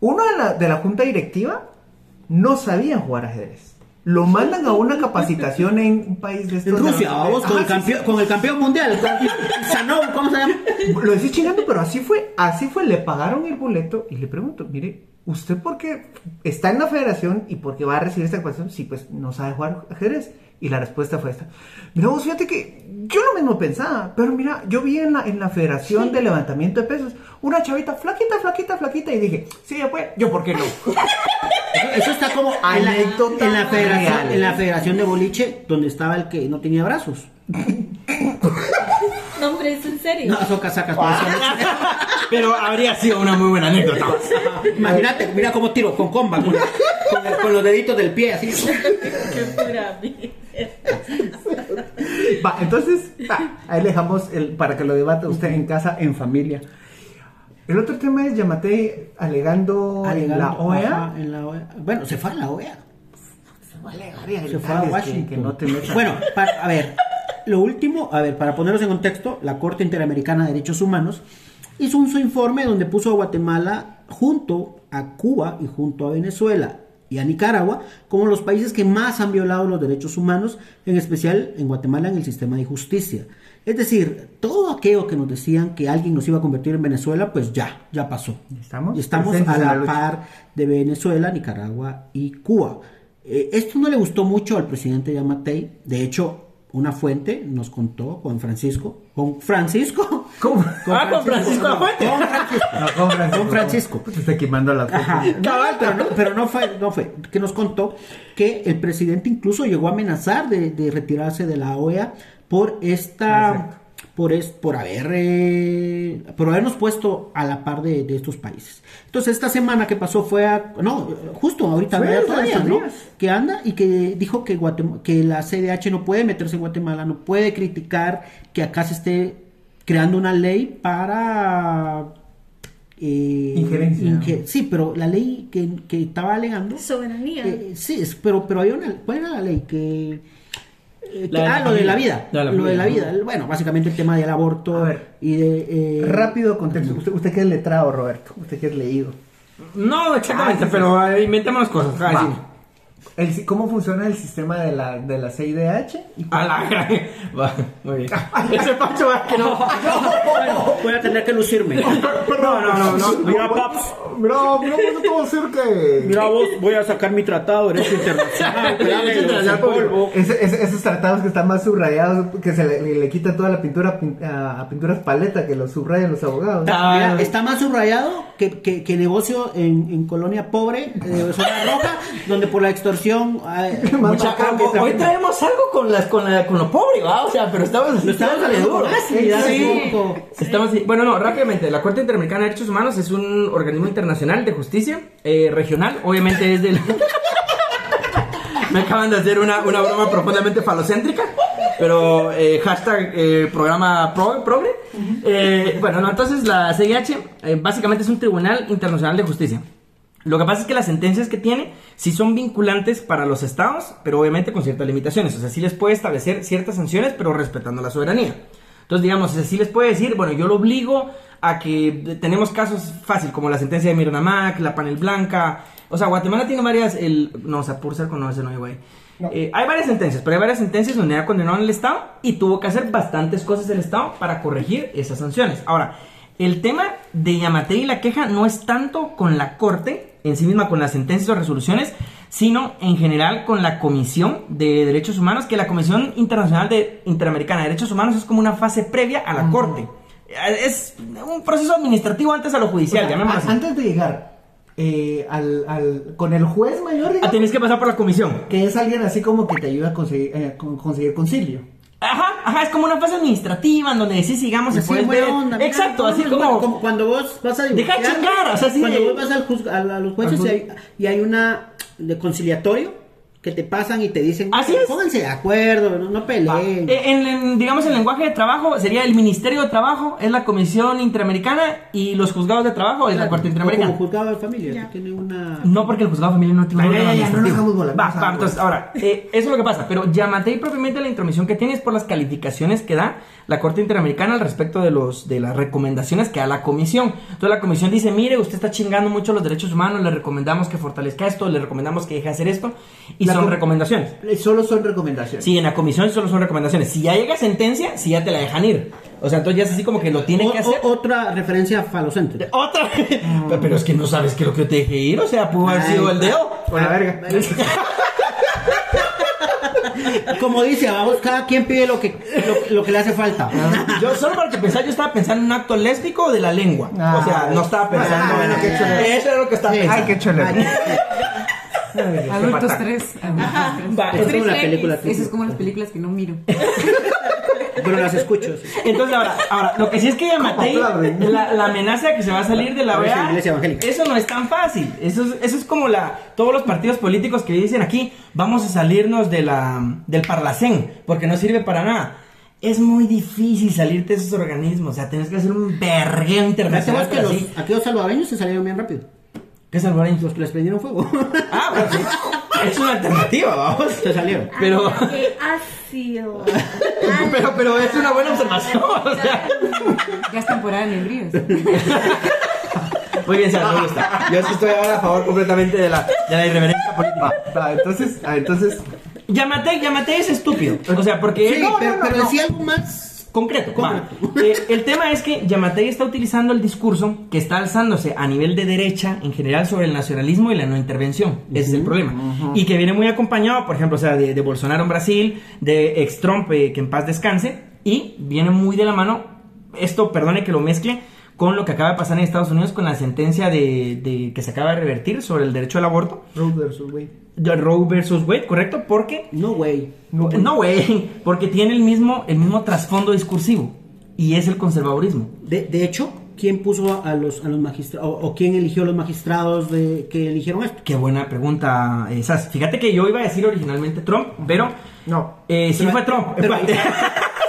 Speaker 1: Uno de la, de la junta directiva no sabía jugar ajedrez. Lo mandan a una capacitación en un país de estos...
Speaker 4: En Rusia, vamos, con,
Speaker 1: Ajá,
Speaker 4: el
Speaker 1: sí,
Speaker 4: campeón, con el campeón mundial, con- Sanov, ¿cómo se llama?
Speaker 1: sí. Lo estoy chingando, pero así fue, así fue. Le pagaron el boleto y le pregunto, mire, ¿usted por qué está en la federación y por qué va a recibir esta ecuación si pues no sabe jugar ajedrez? Y la respuesta fue esta. Mira, vos fíjate que yo lo mismo pensaba, pero mira, yo vi en la, en la federación de levantamiento de pesos una chavita flaquita, flaquita, flaquita y dije, sí, ya pues, yo por qué no.
Speaker 4: Eso está como en la,
Speaker 1: Anécdota
Speaker 4: en la federación,
Speaker 1: real.
Speaker 4: en la federación de boliche, donde estaba el que no tenía brazos.
Speaker 2: No, hombre, es en serio. Ah,
Speaker 4: No, soca, sacas, por eso.
Speaker 3: Pero habría sido una muy buena anécdota.
Speaker 4: Imagínate, mira cómo tiro, con comba, con, con- con los deditos del pie, así.
Speaker 2: Qué pura vida.
Speaker 1: Va, entonces, va, ahí le dejamos el, para que lo debata usted en casa, en familia. El otro tema es Yamatei alegando, en la E
Speaker 4: Alegando,
Speaker 1: OEA.
Speaker 4: ajá, en la OEA. Bueno, se fue a la OEA.
Speaker 1: Se fue a alegar y a
Speaker 4: Se fue a
Speaker 1: gritarles que-
Speaker 4: Washington.
Speaker 1: que no te metas.
Speaker 4: Bueno, para- a ver, lo último, a ver, para ponerlos en contexto, la Corte Interamericana de Derechos Humanos hizo un su informe donde puso a Guatemala junto a Cuba y junto a Venezuela y a Nicaragua como los países que más han violado los derechos humanos, en especial en Guatemala en el sistema de justicia. Es decir, todo aquello que nos decían que alguien nos iba a convertir en Venezuela, pues ya, ya pasó.
Speaker 1: Estamos
Speaker 4: Y estamos
Speaker 1: presentes
Speaker 4: a
Speaker 1: en la
Speaker 4: la,
Speaker 1: lucha.
Speaker 4: par de Venezuela, Nicaragua y Cuba. Eh, esto no le gustó mucho al presidente Yamatei. De hecho, una fuente nos contó, Juan Francisco, con Francisco.
Speaker 1: ¿Cómo?
Speaker 3: Ah, con Francisco la Fuente.
Speaker 4: Con Francisco.
Speaker 1: No, con Francisco.
Speaker 4: Con Francisco.
Speaker 1: Te está quemando las
Speaker 4: Ajá.
Speaker 1: cosas.
Speaker 4: Cabal, pero no, pero no fue, no fue. Que nos contó que el presidente incluso llegó a amenazar de, de retirarse de la OEA por
Speaker 1: Ah, Exacto.
Speaker 4: esta. Por, es, por, haber, eh, por habernos puesto a la par de, de estos países. Entonces, esta semana que pasó fue a. No, justo ahorita,
Speaker 1: Fue
Speaker 4: ¿no?
Speaker 1: hace
Speaker 4: Todavía,
Speaker 1: estos
Speaker 4: ¿no?
Speaker 1: días.
Speaker 4: que anda y que dijo que, Guatem- que la CDH no puede meterse en Guatemala, no puede criticar que acá se esté creando una ley para eh,
Speaker 1: Injerencia.
Speaker 4: inje- sí, pero la ley que, que estaba alegando.
Speaker 2: Soberanía.
Speaker 4: eh, sí, es- pero, pero había una. ¿Cuál era la ley? Que. eh,
Speaker 3: La
Speaker 4: que-
Speaker 3: de la
Speaker 4: ah, lo de la
Speaker 3: familia.
Speaker 4: vida.
Speaker 3: La de la
Speaker 4: lo de la
Speaker 3: familia,
Speaker 4: vida. Bueno, básicamente el tema del aborto
Speaker 1: A ver.
Speaker 4: y de. eh,
Speaker 1: Rápido contexto. Usted, usted que es letrado, Roberto. Usted que es leído.
Speaker 3: No, exactamente, pero eh, inventémonos cosas. ah, sí.
Speaker 1: Va. El si- ¿Cómo funciona el sistema de la, de la CIDH? Y-
Speaker 3: A la gran- Va, muy bien. Ese Pacho va que no.
Speaker 4: Voy a tener que lucirme.
Speaker 3: Perdón, no, no, no.
Speaker 4: Mira, paps.
Speaker 1: Bro, bro, no te puedo decir que.
Speaker 4: Mira vos, voy a sacar mi tratado de derecho
Speaker 3: Derecho
Speaker 4: internacional. pegame los
Speaker 3: internacional
Speaker 4: en polvo.
Speaker 1: Ese- ese- esos tratados que están más subrayados, que se le, le- le quita toda la pintura pin- a, a pinturas paleta que los subrayan los abogados.
Speaker 4: Mira,
Speaker 3: Ah,
Speaker 4: está más subrayado que, que- que negocio en, en colonia pobre, eh, zona roja, donde por la extorsión eh,
Speaker 1: Más
Speaker 3: mucha-
Speaker 1: marcado que
Speaker 3: hoy- hoy
Speaker 1: también.
Speaker 3: traemos algo con las con la con lo pobre, ¿va? O sea, pero estamos
Speaker 4: lo estaban
Speaker 3: dándole
Speaker 4: saliendo con
Speaker 3: duro.
Speaker 4: facilidad
Speaker 3: Sí.
Speaker 4: un poco.
Speaker 3: Si estamos- bueno, no, rápidamente. La Corte Interamericana de Derechos Humanos es un organismo internacional de justicia eh, regional. Obviamente es del. Me acaban de hacer una, una broma profundamente falocéntrica, pero eh, hashtag eh, programa pro- progre. Eh, bueno, no, entonces la CIH eh, básicamente es un tribunal internacional de justicia. Lo que pasa es que las sentencias que tiene sí son vinculantes para los estados, pero obviamente con ciertas limitaciones. O sea, sí les puede establecer ciertas sanciones, pero respetando la soberanía. Entonces, digamos, o sea, sí les puede decir, bueno, yo lo obligo a que tenemos casos fácil, como la sentencia de Mirna Mac, la Panel Blanca. O sea, Guatemala tiene varias. El, no, Sapursa no, ese no hay, güey. Eh, hay varias sentencias, pero hay varias sentencias donde ha condenado al Estado y tuvo que hacer bastantes cosas el Estado para corregir esas sanciones. Ahora, el tema de Yamate y la queja no es tanto con la corte en sí misma, con las sentencias o resoluciones, sino en general con la Comisión de Derechos Humanos, que la Comisión Internacional de Interamericana de Derechos Humanos es como una fase previa a la corte. Es un proceso administrativo antes a lo
Speaker 1: O sea,
Speaker 3: judicial, llamémoslo
Speaker 1: a-
Speaker 3: así.
Speaker 1: antes de llegar eh, al, al- con el juez mayor, digamos,
Speaker 3: Ah, Tienes que pasar por la comisión.
Speaker 1: que es alguien así como que te ayuda a conseguir, eh, con- conseguir concilio.
Speaker 3: Ajá, ajá, es como una fase administrativa en donde decís, sigamos, se
Speaker 4: Pues Sí,
Speaker 3: puede
Speaker 4: buena
Speaker 3: ver.
Speaker 4: onda, mira,
Speaker 3: Exacto,
Speaker 4: bueno,
Speaker 3: así
Speaker 4: bueno,
Speaker 3: como,
Speaker 4: cuando vos vas a
Speaker 3: Deja
Speaker 4: divorciarte,
Speaker 3: chingar, o sea, así
Speaker 4: cuando
Speaker 3: de-
Speaker 4: vos vas al juz- a, a los jueces
Speaker 1: Al
Speaker 4: y
Speaker 1: juz-
Speaker 4: hay, y hay una de conciliatorio que te pasan y te dicen,
Speaker 3: Así es.
Speaker 4: pónganse de acuerdo, no, no peleen.
Speaker 3: Eh, En, en, digamos, el lenguaje de trabajo sería el Ministerio de Trabajo, es la Comisión Interamericana y los juzgados de trabajo es la Corte
Speaker 4: O como
Speaker 3: Interamericana.
Speaker 4: juzgado de familia,
Speaker 2: Ya.
Speaker 4: que tiene una...
Speaker 3: No, porque el juzgado de familia no tiene un
Speaker 1: Ya, ya, ya, no
Speaker 3: órgano
Speaker 1: nos
Speaker 3: administrativo.
Speaker 1: hagamos bolas, no
Speaker 3: Va,
Speaker 1: nos
Speaker 3: va,
Speaker 1: hagamos
Speaker 3: entonces, ahora, eh, eso es lo que pasa. Pero Yamatei propiamente la intromisión que tiene es por las calificaciones que da la Corte Interamericana al respecto de los de las recomendaciones que da la comisión. Entonces la comisión dice, mire, usted está chingando mucho los derechos humanos, le recomendamos que fortalezca esto, le recomendamos que deje de hacer esto, y
Speaker 1: La
Speaker 3: son
Speaker 1: com-
Speaker 3: recomendaciones.
Speaker 1: Eh, Solo son recomendaciones.
Speaker 3: Sí, en la comisión solo son recomendaciones. Si ya llega sentencia, si ya te la dejan ir. O sea, entonces ya es así como que lo tienen
Speaker 4: O-
Speaker 3: que
Speaker 4: o-
Speaker 3: hacer.
Speaker 4: otra referencia falocéntrica.
Speaker 3: Otra. Pero- Pero es que no sabes que lo que te dejé ir, o sea, pudo haber
Speaker 4: Ay.
Speaker 3: sido el dedo.
Speaker 1: A la verga.
Speaker 4: Como dice, vamos, cada quien pide lo que, lo, lo que le hace falta.
Speaker 3: Ah. Yo solo para que pensar, yo estaba pensando en un acto lésbico de la lengua.
Speaker 1: Ah.
Speaker 3: o sea, no estaba pensando.
Speaker 1: Ah, bueno, qué chulo.
Speaker 3: Eso era lo que estaba
Speaker 4: Sí.
Speaker 3: pensando.
Speaker 1: Ay, qué chulo.
Speaker 4: Ay,
Speaker 5: Adultos 3.
Speaker 3: Va,
Speaker 5: Adultos
Speaker 4: es como la
Speaker 5: 3.
Speaker 4: película
Speaker 5: Eso es como las películas que no miro.
Speaker 4: Pero las escucho. sí.
Speaker 3: Entonces ahora, ahora, lo que sí es que Yamatei,
Speaker 1: ¿Cómo aplauden?
Speaker 3: la, la amenaza que se va a salir de la
Speaker 4: Parece
Speaker 3: OEA,
Speaker 4: iglesia evangélica.
Speaker 3: eso no es tan fácil. Eso es, eso es como la, todos los partidos políticos que dicen aquí, vamos a salirnos de la, del parlacén, porque no sirve para nada. Es muy difícil salirte de esos organismos, o sea, tenés que hacer un vergueo internacional.
Speaker 4: Pensemos que
Speaker 3: pero
Speaker 4: los,
Speaker 3: así.
Speaker 4: aquellos salvadoreños se salieron bien rápido.
Speaker 3: ¿Qué es salvadoreño?
Speaker 4: Los que les prendieron fuego.
Speaker 3: Ah, pero sí, es una alternativa, vamos.
Speaker 4: se salieron.
Speaker 3: Pero,
Speaker 2: Ay, qué Ah, ácido.
Speaker 3: pero, pero es una buena observación, o sea.
Speaker 5: Ya es temporada en el río.
Speaker 3: Muy bien, Sara, me gusta. Yo sí estoy ahora a favor completamente de la, de la irreverencia política.
Speaker 1: Va, va, entonces, ah, entonces,
Speaker 3: Yamate, Yamate es estúpido. O sea, porque
Speaker 4: Sí,
Speaker 3: él- No,
Speaker 4: pero,
Speaker 3: no, no,
Speaker 4: pero
Speaker 3: no.
Speaker 4: decía algo más.
Speaker 3: Concreto, va. Eh, el tema es que Yamatei está utilizando el discurso que está alzándose a nivel de derecha en general sobre el nacionalismo y la no intervención. Ese es el problema. Y que viene muy acompañado, por ejemplo, o sea, de, de Bolsonaro en Brasil, de ex Trump, eh, que en paz descanse, y viene muy de la mano, esto perdone que lo mezcle, con lo que acaba de pasar en Estados Unidos con la sentencia de, de- que se acaba de revertir sobre el derecho al aborto,
Speaker 1: Roe versus Wade.
Speaker 3: de Roe versus Wade, ¿correcto? Porque
Speaker 4: No, güey.
Speaker 1: No,
Speaker 3: no, güey, porque tiene el mismo, el mismo trasfondo discursivo y es el conservadurismo.
Speaker 4: De, de hecho, ¿quién puso a los, a los magistrados? O, o quién eligió a los magistrados de, que eligieron esto?
Speaker 3: Qué buena pregunta, eh, Sas. Fíjate que yo iba a decir originalmente Trump, pero
Speaker 1: No.
Speaker 3: eh, sí
Speaker 4: Pero-
Speaker 3: fue Trump.
Speaker 4: pero-
Speaker 3: Espérate.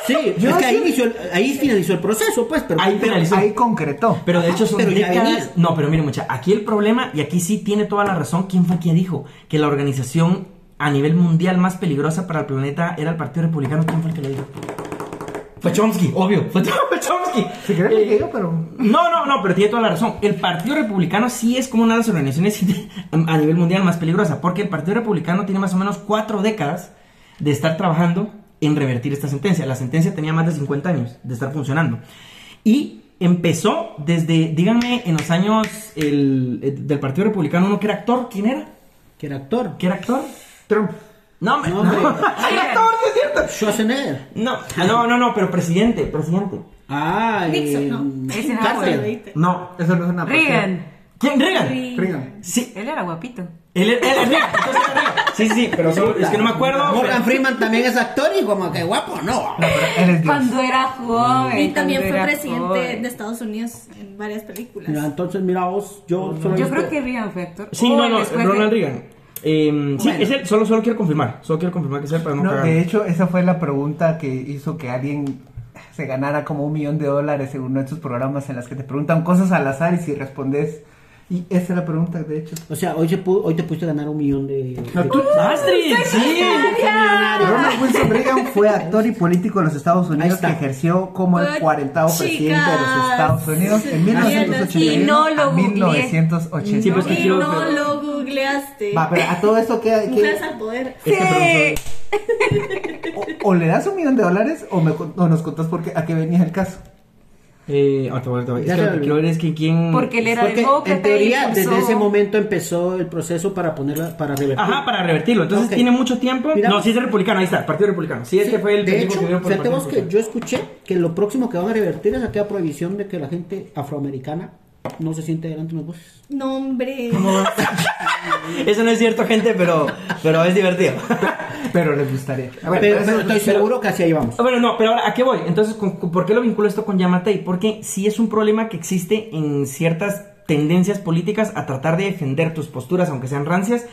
Speaker 4: Sí,
Speaker 1: Yo
Speaker 4: es que ahí,
Speaker 1: sí-
Speaker 4: inició el- ahí finalizó el proceso, pues, pero
Speaker 3: Ahí
Speaker 4: pero-
Speaker 3: finalizó.
Speaker 1: Ahí concretó.
Speaker 3: Pero de hecho son
Speaker 4: Pero ya venía.
Speaker 3: décadas. No, pero mire, mucha, aquí el problema, y aquí sí tiene toda la razón, ¿quién fue quien dijo que la organización a nivel mundial más peligrosa para el planeta era el Partido Republicano? ¿Quién fue el que lo dijo? Fue Chomsky, obvio, fue fue Chomsky. Eh,
Speaker 1: Si querés le digo, pero.
Speaker 3: No, no, no, pero tiene toda la razón. El Partido Republicano sí es como una de las organizaciones a nivel mundial más peligrosa, porque el Partido Republicano tiene más o menos cuatro décadas de estar trabajando en revertir esta sentencia. La sentencia tenía más de 50 años de estar funcionando. Y empezó desde, díganme, en los años el- eh, del Partido Republicano, uno que era actor, ¿quién era?
Speaker 4: que era actor.
Speaker 3: ¿Que era actor?
Speaker 1: Trump.
Speaker 3: No, hombre,
Speaker 4: No, hombre.
Speaker 3: no. Era actor, sí es cierto.
Speaker 4: Schwarzenegger.
Speaker 3: No, ah, no, no, no, pero presidente, presidente.
Speaker 4: Ah,
Speaker 2: Nixon,
Speaker 4: eh,
Speaker 2: no.
Speaker 5: Ese no
Speaker 4: Carter.
Speaker 5: era bueno.
Speaker 3: No.
Speaker 1: Eso no es una
Speaker 5: Reagan.
Speaker 3: ¿Quién? Reagan.
Speaker 1: pasión. Reagan.
Speaker 3: Sí,
Speaker 5: Él era guapito.
Speaker 3: Él es, él es Rick, entonces era Rick. Sí, sí, sí, pero solo- es que no me acuerdo.
Speaker 4: Morgan Freeman también es actor y como que guapo, no.
Speaker 1: Él es Dios.
Speaker 5: Cuando era joven.
Speaker 2: Y también
Speaker 5: cuando
Speaker 2: fue
Speaker 5: era
Speaker 2: presidente
Speaker 5: joven.
Speaker 2: de Estados Unidos en varias películas.
Speaker 4: Mira, entonces, mira vos, yo solo he
Speaker 5: Yo
Speaker 4: visto-
Speaker 5: creo que Reagan fue actor.
Speaker 3: Sí,
Speaker 5: O
Speaker 3: no, no,
Speaker 5: después de-
Speaker 3: Ronald Reagan. Eh, sí,
Speaker 4: Bueno.
Speaker 3: es él, solo, solo quiero confirmar. Solo quiero confirmar que sea para no,
Speaker 1: No, eh,
Speaker 3: cagar.
Speaker 1: de hecho, esa fue la pregunta que hizo que alguien se ganara como un millón de dólares en uno de estos programas en las que te preguntan cosas al azar y si respondes. Y esa es la pregunta, de hecho.
Speaker 4: O sea, hoy, se pudo- hoy te pudiste ganar un millón de...
Speaker 1: No,
Speaker 4: de-
Speaker 1: tú-
Speaker 3: ¡Astrid! ¡Sí!
Speaker 5: Ah.
Speaker 1: Ronald Wilson Reagan fue actor y político en los Estados Unidos que
Speaker 4: está.
Speaker 1: ejerció como el
Speaker 2: Pues,
Speaker 1: 40 presidente de los
Speaker 2: chicas,
Speaker 1: Estados Unidos en
Speaker 2: sí,
Speaker 1: 1981
Speaker 5: y no lo
Speaker 1: a
Speaker 5: googleé.
Speaker 1: 1980.
Speaker 3: Sí, pues,
Speaker 2: Y
Speaker 3: quiero-
Speaker 2: no lo googleaste.
Speaker 1: Va, pero a todo esto que,
Speaker 2: Mujeres al poder.
Speaker 3: Es que, pero,
Speaker 1: o, o le das un millón de dólares o, me con- o nos contás por qué, a qué venía el caso.
Speaker 3: eh, ahorita, ahorita, ahorita. Es que lo
Speaker 4: Ya se
Speaker 3: que
Speaker 4: lo-
Speaker 3: quiero ver es que quién.
Speaker 5: Porque él era
Speaker 4: Porque
Speaker 5: demócrata
Speaker 4: en teoría,
Speaker 5: y
Speaker 4: desde
Speaker 5: impulsó-
Speaker 4: ese momento empezó el proceso para ponerla, para revertir.
Speaker 3: Ajá, para revertirlo. Entonces
Speaker 4: Ok.
Speaker 3: tiene mucho tiempo.
Speaker 4: Mira-
Speaker 3: no, sí es el republicano, ahí está, Partido Republicano. Sí, este fue el
Speaker 4: de
Speaker 3: pendejo
Speaker 4: hecho,
Speaker 3: que dio por el
Speaker 4: fíjate
Speaker 3: Partido
Speaker 4: vos que
Speaker 3: Republicano.
Speaker 4: yo escuché que lo próximo que van a revertir es aquella prohibición de que la gente afroamericana no se siente delante de los buses.
Speaker 2: No, hombre.
Speaker 3: Eso no es cierto, gente, pero, pero es divertido.
Speaker 1: Pero les gustaría. A ver,
Speaker 4: pero,
Speaker 1: eso-
Speaker 4: pero estoy seguro que hacia ahí vamos.
Speaker 3: Ah, Bueno, no, pero ahora, ¿a qué voy? Entonces, ¿con- con- ¿por qué lo vinculo esto con Yamatei? Porque sí es un problema que existe en ciertas tendencias políticas a tratar de defender tus posturas, aunque sean rancias,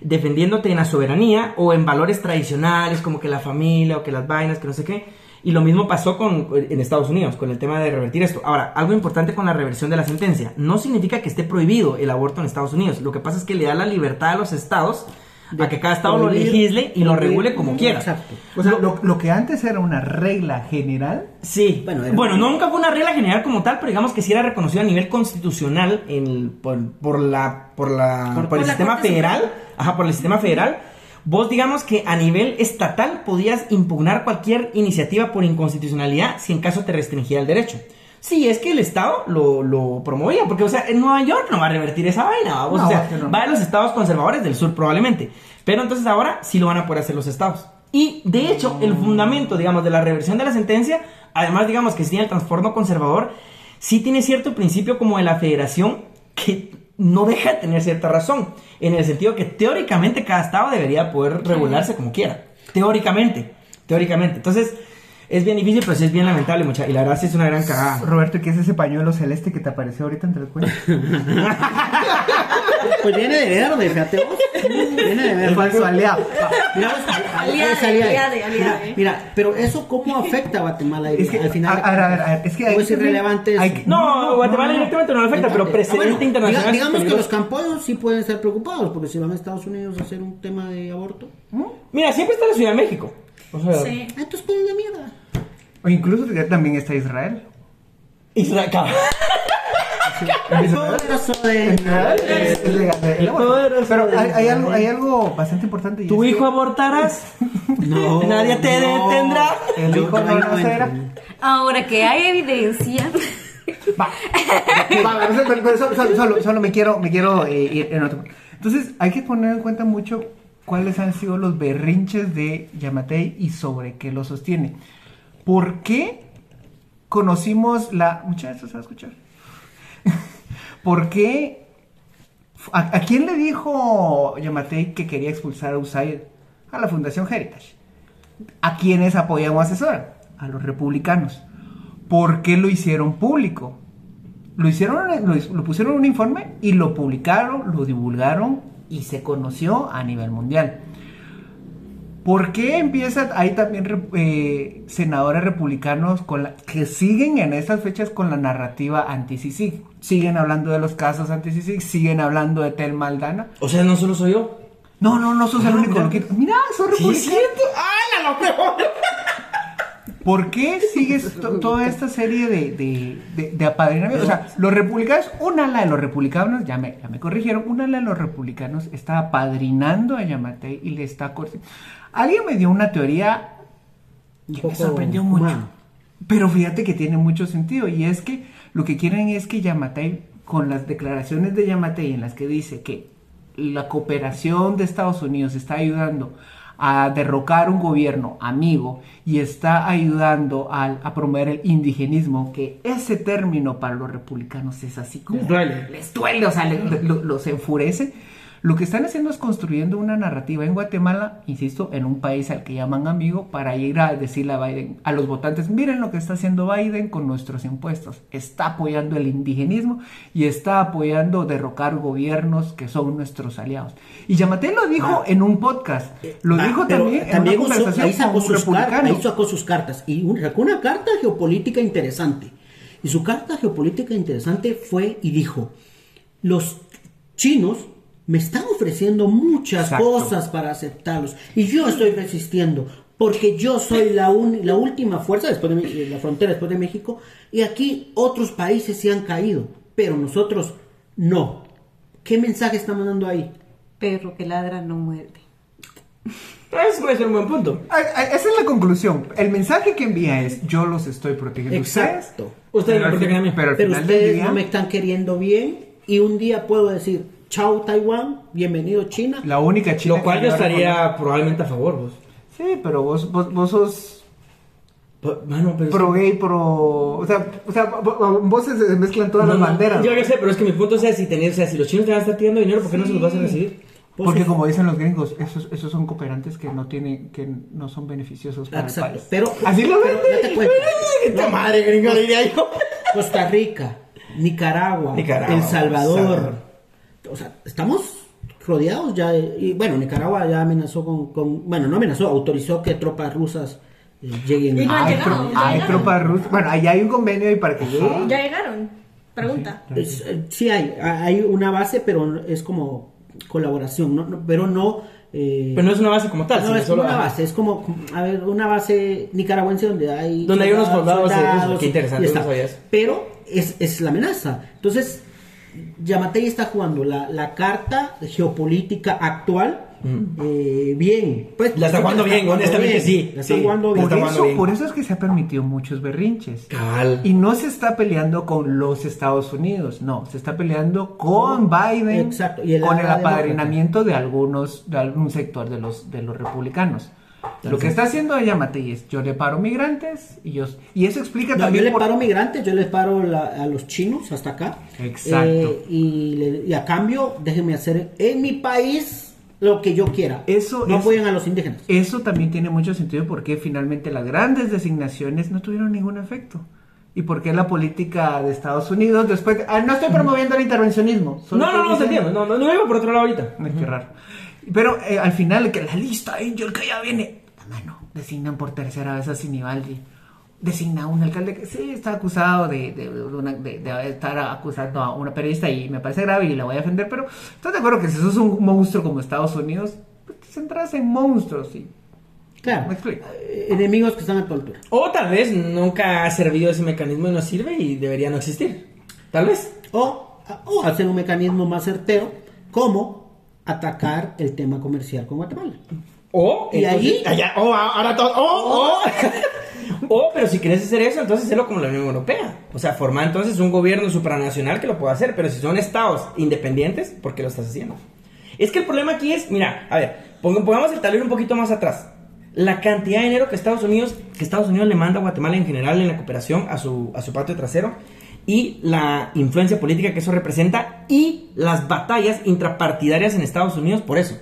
Speaker 3: defendiéndote en la soberanía o en valores tradicionales, como que la familia o que las vainas, que no sé qué. Y lo mismo pasó con, en Estados Unidos, con el tema de revertir esto. Ahora, algo importante con la reversión de la sentencia. No significa que esté prohibido el aborto en Estados Unidos. Lo que pasa es que le da la libertad a los estados a que cada estado lo
Speaker 4: Prohibir-
Speaker 3: legisle y lo regule como quiera.
Speaker 4: Exacto.
Speaker 1: o sea, lo, lo que antes era una regla general,
Speaker 3: Sí,
Speaker 4: Bueno,
Speaker 3: bueno,
Speaker 4: era-
Speaker 3: nunca fue una regla general como tal, pero digamos que sí era reconocido a nivel constitucional en- por, por la, por la, por, el
Speaker 2: la
Speaker 3: sistema
Speaker 2: Corte
Speaker 3: federal, ajá, por el sistema federal. Vos digamos que a nivel estatal podías impugnar cualquier iniciativa por inconstitucionalidad si en caso te restringía el derecho. Sí, es que el Estado lo, lo promovía, porque, o sea, en Nueva York no va a revertir esa vaina, vamos,
Speaker 1: No,
Speaker 3: o sea,
Speaker 1: es que no.
Speaker 3: va a los estados conservadores del sur probablemente. Pero entonces ahora sí lo van a poder hacer los estados. Y de hecho,
Speaker 4: Mm.
Speaker 3: el fundamento, digamos, de la reversión de la sentencia, además, digamos, que sí tiene el transformo conservador, sí tiene cierto principio como de la federación que no deja de tener cierta razón, en el sentido que teóricamente cada estado debería poder regularse como quiera. Teóricamente, teóricamente. Entonces, es bien difícil, pero sí es bien lamentable, mucha. Y la verdad sí es una gran cagada.
Speaker 1: Roberto, ¿qué es ese pañuelo celeste que te apareció ahorita entre el cuello?
Speaker 4: Pues viene de verde, fíjate vos. Viene de verde.
Speaker 1: El falso aliado.
Speaker 4: Mira, vos, a- a-
Speaker 2: Aliade,
Speaker 4: es aliade.
Speaker 2: aliade, aliade.
Speaker 5: eh.
Speaker 4: Mira, mira, pero eso cómo afecta a Guatemala
Speaker 1: Es que,
Speaker 4: al final.
Speaker 1: a- a ver, a ver, a ver, es que hay
Speaker 4: ¿O es
Speaker 1: que-
Speaker 4: irrelevante eso?
Speaker 1: hay que-
Speaker 3: No,
Speaker 1: No, no,
Speaker 3: Guatemala
Speaker 1: no, no.
Speaker 3: directamente no lo afecta, pero
Speaker 4: Entonces,
Speaker 3: precedente
Speaker 4: ah, bueno,
Speaker 3: internacional.
Speaker 4: diga- digamos
Speaker 3: es
Speaker 4: que los
Speaker 3: peligroso.
Speaker 4: camposos sí pueden estar preocupados porque si van a Estados Unidos a hacer un tema de aborto,
Speaker 3: Mira, siempre está la Ciudad de México. O sea,
Speaker 2: Sí.
Speaker 4: ah, entonces pueden ir a mierda.
Speaker 1: O incluso que también está Israel.
Speaker 3: Israel. cabrón.
Speaker 4: El poderoso de-
Speaker 1: Israel es- es legal.
Speaker 3: El poderoso
Speaker 1: Pero hay, hay
Speaker 3: de-
Speaker 1: algo, hay algo bastante importante. y
Speaker 3: Tu
Speaker 1: es que
Speaker 3: hijo abortarás.
Speaker 4: No,
Speaker 3: Nadie te
Speaker 4: no.
Speaker 3: detendrá.
Speaker 1: El
Speaker 4: Yo
Speaker 1: hijo no
Speaker 4: todavía
Speaker 1: nacerá.
Speaker 4: entro.
Speaker 5: Ahora que hay evidencia.
Speaker 1: Va. Va, pero- pero- pero solo, solo- solo- solo me quiero, me quiero eh, ir en otro. Entonces, hay que poner en cuenta mucho cuáles han sido los berrinches de Yamatei y sobre qué lo sostiene. ¿Por qué conocimos la. Mucha de esto se va a escuchar. ¿Por qué? ¿A, a quién le dijo Yamatei que quería expulsar a USAID? A la Fundación Heritage. ¿A quiénes apoyan o asesoran? A los republicanos. ¿Por qué lo hicieron público? Lo hicieron, lo, lo pusieron en un informe y lo publicaron, lo divulgaron y se conoció a nivel mundial. ¿Por qué empiezan ahí también re- eh, senadores republicanos con la- que siguen en estas fechas con la narrativa anti-CICIG? Siguen hablando de los casos anti-CICIG, siguen hablando de Tel Maldana.
Speaker 3: O sea, no solo soy yo.
Speaker 1: No, no, no sos el único. loquito. Mira, sos republicano.
Speaker 3: ¡Ah, la peor!
Speaker 1: ¿Por qué sigues to- toda esta serie de, de, de- de apadrinamientos? O sea, los republicanos, un ala de los republicanos, ya me, ya me corrigieron, un ala de los republicanos está apadrinando a Yamatei y le está cortando. Alguien me dio una teoría
Speaker 4: Un
Speaker 1: que me
Speaker 4: poco
Speaker 1: sorprendió mucho.
Speaker 4: humano.
Speaker 1: Pero fíjate que tiene mucho sentido y es que lo que quieren es que Yamatei, con las declaraciones de Yamatei en las que dice que la cooperación de Estados Unidos está ayudando a derrocar un gobierno amigo y está ayudando al- a, promover el indigenismo, que ese término para los republicanos es así como...
Speaker 3: Les duele.
Speaker 1: Les duele, o sea, le- lo- los enfurece. Lo que están haciendo es construyendo una narrativa en Guatemala, insisto, en un país al que llaman amigo, para ir a decirle a Biden, a los votantes, miren lo que está haciendo Biden con nuestros impuestos. Está apoyando el indigenismo y está apoyando derrocar gobiernos que son nuestros aliados. Y Yamate lo dijo en un podcast, lo
Speaker 4: Ah,
Speaker 1: dijo
Speaker 4: pero
Speaker 1: también en una
Speaker 4: usó-
Speaker 1: conversación
Speaker 4: ahí sacó
Speaker 1: con un
Speaker 4: sus cartas,
Speaker 1: republicano.
Speaker 4: ahí sacó sus cartas y un- sacó una carta geopolítica interesante. Y su carta geopolítica interesante fue y dijo, los chinos me están ofreciendo muchas
Speaker 1: Exacto.
Speaker 4: cosas para aceptarlos y yo estoy resistiendo porque yo soy la, un- la última fuerza después de mi- la frontera después de México y aquí otros países se han caído, pero nosotros no. ¿Qué mensaje está mandando ahí?
Speaker 5: Perro que ladra no muerde.
Speaker 3: Eso Pues, puede ser un buen punto.
Speaker 1: Ay, ay, Esa es la conclusión. El mensaje que envía es, yo los estoy protegiendo. a ustedes,
Speaker 4: Exacto.
Speaker 3: Ustedes
Speaker 1: Pero
Speaker 3: no
Speaker 1: al
Speaker 3: protegen a mí.
Speaker 1: fin- pero al
Speaker 4: pero
Speaker 1: final del
Speaker 4: ustedes
Speaker 1: día-
Speaker 4: no me están queriendo bien y un día puedo decir chao Taiwán, bienvenido China.
Speaker 1: La única china
Speaker 3: Lo cual
Speaker 1: que
Speaker 3: yo
Speaker 1: me va a recordar-
Speaker 3: estaría probablemente a favor, pues. vos.
Speaker 1: Sí, pero vos, vos, vos sos
Speaker 3: Pero, Mano, pero. es-
Speaker 1: pro gay, pro. O sea, o sea vo- vo- vos se se mezclan todas
Speaker 3: No,
Speaker 1: las
Speaker 3: no,
Speaker 1: banderas.
Speaker 3: Yo, yo sé, pero es que mi punto es si tenés, o sea, si los chinos te van a estar tirando dinero, ¿por qué no se los vas a recibir? Pues
Speaker 1: Porque como dicen los gringos, esos, esos son cooperantes que no tienen, que no son beneficiosos para
Speaker 4: Exacto.
Speaker 1: el país.
Speaker 4: Pero,
Speaker 1: así lo
Speaker 4: pero
Speaker 1: ven.
Speaker 4: date cuenta. No,
Speaker 3: madre, gringo, diría yo.
Speaker 4: Costa Rica, Nicaragua,
Speaker 3: Nicaragua,
Speaker 4: El Salvador.
Speaker 3: El Salvador.
Speaker 4: O sea, estamos rodeados ya. de- y bueno, Nicaragua ya amenazó con, con- bueno, no amenazó, autorizó que tropas rusas eh, lleguen
Speaker 2: Y no
Speaker 4: a-
Speaker 2: han
Speaker 1: Hay,
Speaker 2: llegado,
Speaker 1: tro-
Speaker 2: Ah, ya
Speaker 1: hay
Speaker 2: llegaron.
Speaker 1: tropas rusas. Bueno, ahí hay un convenio y para que lleguen.
Speaker 2: Ya llegaron. Pregunta.
Speaker 4: Es, eh, sí hay, a- hay una base, pero es como colaboración, ¿no? No, pero no... eh,
Speaker 3: Pero no es una base como tal,
Speaker 4: No,
Speaker 3: sino
Speaker 4: es
Speaker 3: solo.
Speaker 4: una base, es como, a ver, una base nicaragüense donde hay...
Speaker 3: Donde hay unos soldados, eh,
Speaker 4: soldados,
Speaker 3: qué interesante,
Speaker 4: y está.
Speaker 3: no sabía eso.
Speaker 4: Pero es, es la amenaza. Entonces, Yamatei está jugando la, la carta geopolítica actual eh, bien. Pues,
Speaker 3: Mm. La está jugando bien, honestamente, sí,
Speaker 4: La está
Speaker 3: sí.
Speaker 4: jugando bien.
Speaker 1: Por
Speaker 3: Está jugando
Speaker 1: eso,
Speaker 3: bien.
Speaker 1: por eso es que se ha permitido muchos berrinches.
Speaker 3: Cabal.
Speaker 1: Y no se está peleando con los Estados Unidos, no, se está peleando con Biden,
Speaker 4: Exacto, y el
Speaker 1: con el
Speaker 4: ala demócrata.
Speaker 1: apadrinamiento de algunos, de algún sector de los, de los republicanos. Lo que está haciendo Yamatei es, yo le paro migrantes y yo, y eso explica
Speaker 4: No, yo
Speaker 1: también
Speaker 4: le
Speaker 1: por-
Speaker 4: paro migrantes, yo les paro la- a los chinos hasta acá.
Speaker 1: Exacto.
Speaker 4: Eh, y, le- y a cambio, déjenme hacer en mi país lo que yo quiera.
Speaker 1: Eso
Speaker 4: No
Speaker 1: es-
Speaker 4: apoyen a los indígenas.
Speaker 1: Eso también tiene mucho sentido porque finalmente las grandes designaciones no tuvieron ningún efecto. ¿Y por qué la política de Estados Unidos después? Ah, no estoy promoviendo el intervencionismo.
Speaker 3: No,
Speaker 1: solo
Speaker 3: no,
Speaker 1: estoy
Speaker 3: no, no, te
Speaker 1: diciendo-
Speaker 3: entiendo. No, no, no iba por otro lado ahorita.
Speaker 1: Ay, qué raro. Pero eh, al final, que la lista Angel que ya viene. La mano. Designan por tercera vez a Sinibaldi. Designa a un alcalde que sí está acusado de, de- de una- de- de estar acusando a una periodista y me parece grave y la voy a defender. Pero ¿estás de acuerdo que si sos un monstruo como Estados Unidos, pues te centras en monstruos? Y,
Speaker 4: Claro.
Speaker 1: Me explico.
Speaker 4: Eh, Enemigos que están a tu altura.
Speaker 3: O tal vez nunca ha servido ese mecanismo y no sirve y debería no existir. Tal vez.
Speaker 4: O,
Speaker 1: Oh.
Speaker 4: o hacer un mecanismo más certero como atacar el tema comercial con Guatemala.
Speaker 3: O.
Speaker 4: Y ahí- Oh.
Speaker 3: allá, o a- ahora todo. oh, O. O. o, pero si quieres hacer eso, entonces hazlo como la Unión Europea. O sea, formar entonces un gobierno supranacional que lo pueda hacer. Pero si son estados independientes, ¿por qué lo estás haciendo? Es que el problema aquí es, mira, a ver, pong- pongamos el tablero un poquito más atrás. La cantidad de dinero que Estados Unidos, que Estados Unidos le manda a Guatemala en general en la cooperación a su, a su patio trasero y la influencia política que eso representa y las batallas intrapartidarias en Estados Unidos por eso.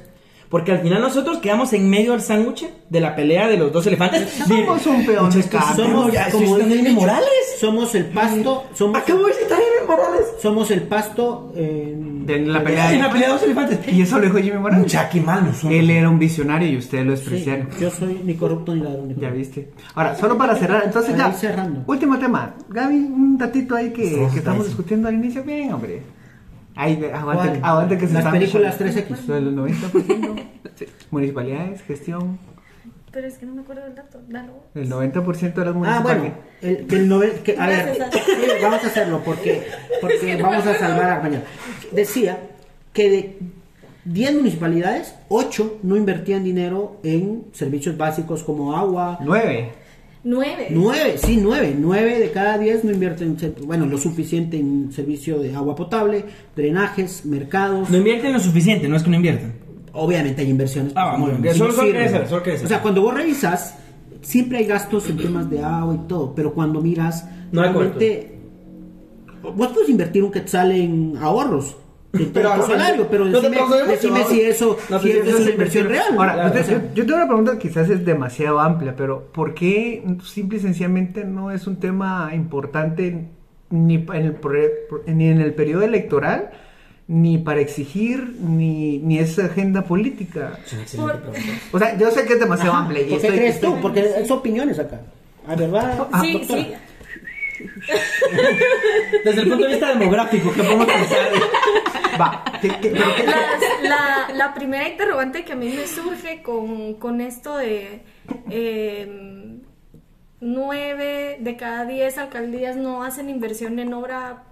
Speaker 3: Porque al final nosotros quedamos en medio del sándwich de la pelea de los dos elefantes.
Speaker 1: Somos un peón de
Speaker 3: Muchachos,
Speaker 1: cambio.
Speaker 3: somos- ya, soy
Speaker 4: dice
Speaker 3: Daniel
Speaker 4: el dicho,
Speaker 3: Morales.
Speaker 1: Mm.
Speaker 4: Somos el pasto. Somos,
Speaker 3: Acabo de citar a Evo Morales.
Speaker 4: somos el pasto eh,
Speaker 1: de la pelea.
Speaker 3: En la pelea de dos elefantes.
Speaker 1: Y eso lo dijo Jimmy Morán.
Speaker 3: Mucha, qué mal nosotros.
Speaker 1: Él era un visionario y ustedes lo
Speaker 4: Sí,
Speaker 1: despreciaron.
Speaker 4: yo soy ni corrupto ni ladrón. ni
Speaker 1: Ya
Speaker 4: corrupto.
Speaker 1: viste. Ahora, solo para cerrar, entonces
Speaker 4: Para
Speaker 1: ya.
Speaker 4: ir cerrando.
Speaker 1: Último tema. Gaby, un datito ahí que,
Speaker 3: Sí,
Speaker 1: que estamos
Speaker 3: sí.
Speaker 1: discutiendo al inicio. Bien, hombre. Ahí, ve, aguante,
Speaker 4: ¿Cuál?
Speaker 1: aguante que se
Speaker 4: Las
Speaker 1: están-
Speaker 4: películas 3X.
Speaker 1: Lo del 90%. Municipalidades, gestión.
Speaker 2: Pero es que no me acuerdo del dato. Dalo.
Speaker 1: El 90% de las
Speaker 4: Ah,
Speaker 1: municipales.
Speaker 4: bueno. El, que el novel- que- a ver,
Speaker 2: Gracias,
Speaker 4: sí, vamos a hacerlo porque, porque vamos a salvar a Armenia. Decía que de 10 municipalidades, 8 no invertían dinero en servicios básicos como agua.
Speaker 1: 9.
Speaker 2: Nueve.
Speaker 4: 9, sí, 9. 9 de cada 10 no invierten, bueno, lo suficiente en servicio de agua potable, drenajes, mercados.
Speaker 3: No invierten lo suficiente, no es que no inviertan.
Speaker 4: Obviamente hay inversiones.
Speaker 3: Ah,
Speaker 4: pues,
Speaker 3: bueno,
Speaker 4: no,
Speaker 3: que
Speaker 4: sí
Speaker 3: solo- solo
Speaker 4: sirven.
Speaker 3: crecer, solo crecer.
Speaker 4: O sea, cuando vos revisas, siempre hay gastos en temas de agua y todo, pero cuando miras,
Speaker 3: No hay
Speaker 4: realmente, vos puedes invertir un quetzal en ahorros. en
Speaker 3: Pero
Speaker 4: tu
Speaker 3: ahora-
Speaker 4: salario, pero
Speaker 3: no te
Speaker 4: decime,
Speaker 3: transferimos,
Speaker 4: decime
Speaker 3: ¿no?
Speaker 4: si eso,
Speaker 3: No
Speaker 4: si
Speaker 3: te-
Speaker 4: eso es una inversión real.
Speaker 1: Ahora,
Speaker 4: Claro,
Speaker 1: yo,
Speaker 4: o sea,
Speaker 1: yo- yo tengo una pregunta que quizás es demasiado amplia, pero ¿por qué simple y sencillamente no es un tema importante ni pa- en el, pro- ni en el periodo electoral, ni para exigir, ni, ni es agenda política?
Speaker 2: Por-
Speaker 1: O sea, yo sé que es demasiado
Speaker 4: ajá,
Speaker 1: amplia. y
Speaker 4: ¿Por qué
Speaker 1: estoy-
Speaker 4: crees tú?
Speaker 1: estoy-
Speaker 4: Porque es opiniones acá. ¿A verdad?
Speaker 2: sí,
Speaker 4: Ah, doctora?
Speaker 2: sí.
Speaker 3: Desde el punto de vista demográfico, ¿qué podemos pensar?
Speaker 1: Va, ¿qué- qué- pero qué-
Speaker 2: Las- La, la primera interrogante que a mí me surge con, con esto de eh, nueve de cada diez alcaldías no hacen inversión en obra,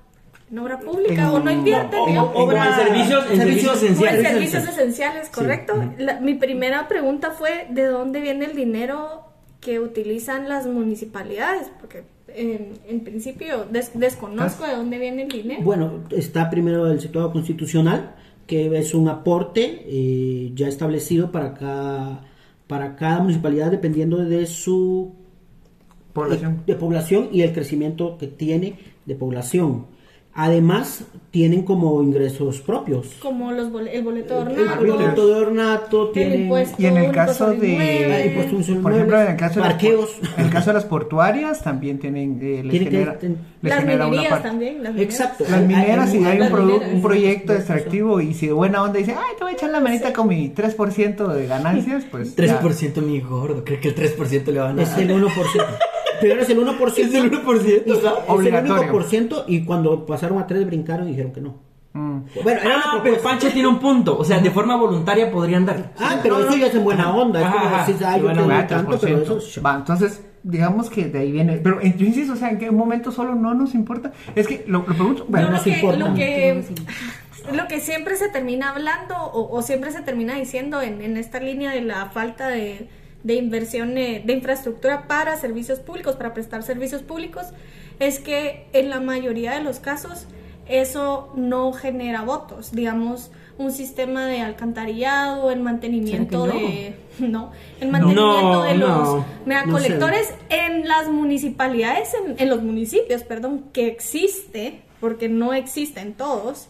Speaker 2: en obra pública o no invierten
Speaker 3: O-
Speaker 2: en
Speaker 3: o- obra- en servicios- en servicios
Speaker 2: o en
Speaker 3: esenciales.
Speaker 2: servicios esenciales, ¿correcto? La- mi primera pregunta fue de dónde viene el dinero que utilizan las municipalidades, porque en, en principio des- desconozco de dónde viene el dinero.
Speaker 4: Bueno, está primero el situado constitucional, que es un aporte eh, ya establecido para cada, para cada municipalidad dependiendo de su eh,
Speaker 1: población.
Speaker 4: de población y el crecimiento que tiene de población. Además, tienen como ingresos propios.
Speaker 2: Como los bol- el boleto de
Speaker 4: El
Speaker 3: Eh,
Speaker 2: ornato,
Speaker 4: producto de ornato, tienen
Speaker 2: impuesto.
Speaker 1: Y en el
Speaker 2: Con
Speaker 1: caso
Speaker 2: cosas
Speaker 1: de. pues,
Speaker 2: inmuebles.
Speaker 4: Impuestos inmuebles,
Speaker 1: por ejemplo, en el caso de. las-
Speaker 4: parqueos.
Speaker 1: en el caso de las portuarias también tienen. eh, les
Speaker 4: Tienen que-
Speaker 1: genera,
Speaker 4: ten-
Speaker 1: les
Speaker 2: las
Speaker 1: genera una
Speaker 2: minerías
Speaker 1: parte.
Speaker 2: también. Las minerías.
Speaker 4: Exacto.
Speaker 1: Las mineras, si hay un,
Speaker 2: Las
Speaker 1: produ-
Speaker 2: mineras,
Speaker 1: un proyecto
Speaker 4: sí.
Speaker 1: extractivo y si de buena onda dice, ay, te voy a echar la manita con mi 3% de ganancias, pues.
Speaker 3: 3% mi gordo, creo que el 3% le van a
Speaker 4: Es
Speaker 3: dar.
Speaker 4: el 1%. Primero es el 1%.
Speaker 3: Es el 1%,
Speaker 4: y-
Speaker 3: o sea,
Speaker 4: es el
Speaker 1: obligatorio.
Speaker 4: 1% y cuando pasaron a 3 brincaron y dijeron que no.
Speaker 1: ya. Mm.
Speaker 4: Bueno, era una
Speaker 3: Ah, pero
Speaker 4: propuesta.
Speaker 3: Pancho tiene un punto. O sea, de forma voluntaria podrían dar.
Speaker 4: Ah, pero eso ya es en buena onda. Es como
Speaker 3: Ajá,
Speaker 4: decir, ah,
Speaker 3: sí,
Speaker 4: yo
Speaker 3: buena
Speaker 4: te doy
Speaker 1: Ah,
Speaker 4: tanto, pero eso
Speaker 1: 3%.
Speaker 4: es
Speaker 1: Va, entonces, digamos que de ahí viene. Pero eh, yo insisto, o sea, en qué momento solo no nos importa. Es que lo, lo pregunto. Bueno,
Speaker 2: Yo
Speaker 4: no
Speaker 2: lo
Speaker 4: se
Speaker 2: que,
Speaker 4: importa.
Speaker 2: lo,
Speaker 5: No,
Speaker 2: que,
Speaker 5: sí.
Speaker 2: lo que siempre se termina hablando o, o siempre se termina diciendo en, en esta línea de la falta de, de inversión eh, de infraestructura para servicios públicos, para prestar servicios públicos, es que en la mayoría de los casos eso no genera votos. Digamos, un sistema de alcantarillado, el mantenimiento
Speaker 5: ¿Será que no?
Speaker 2: de... No, el mantenimiento
Speaker 3: No,
Speaker 2: de los
Speaker 3: no.
Speaker 4: No sé.
Speaker 2: megacolectores en las municipalidades, en, en los municipios, perdón, que existe, porque no existen todos,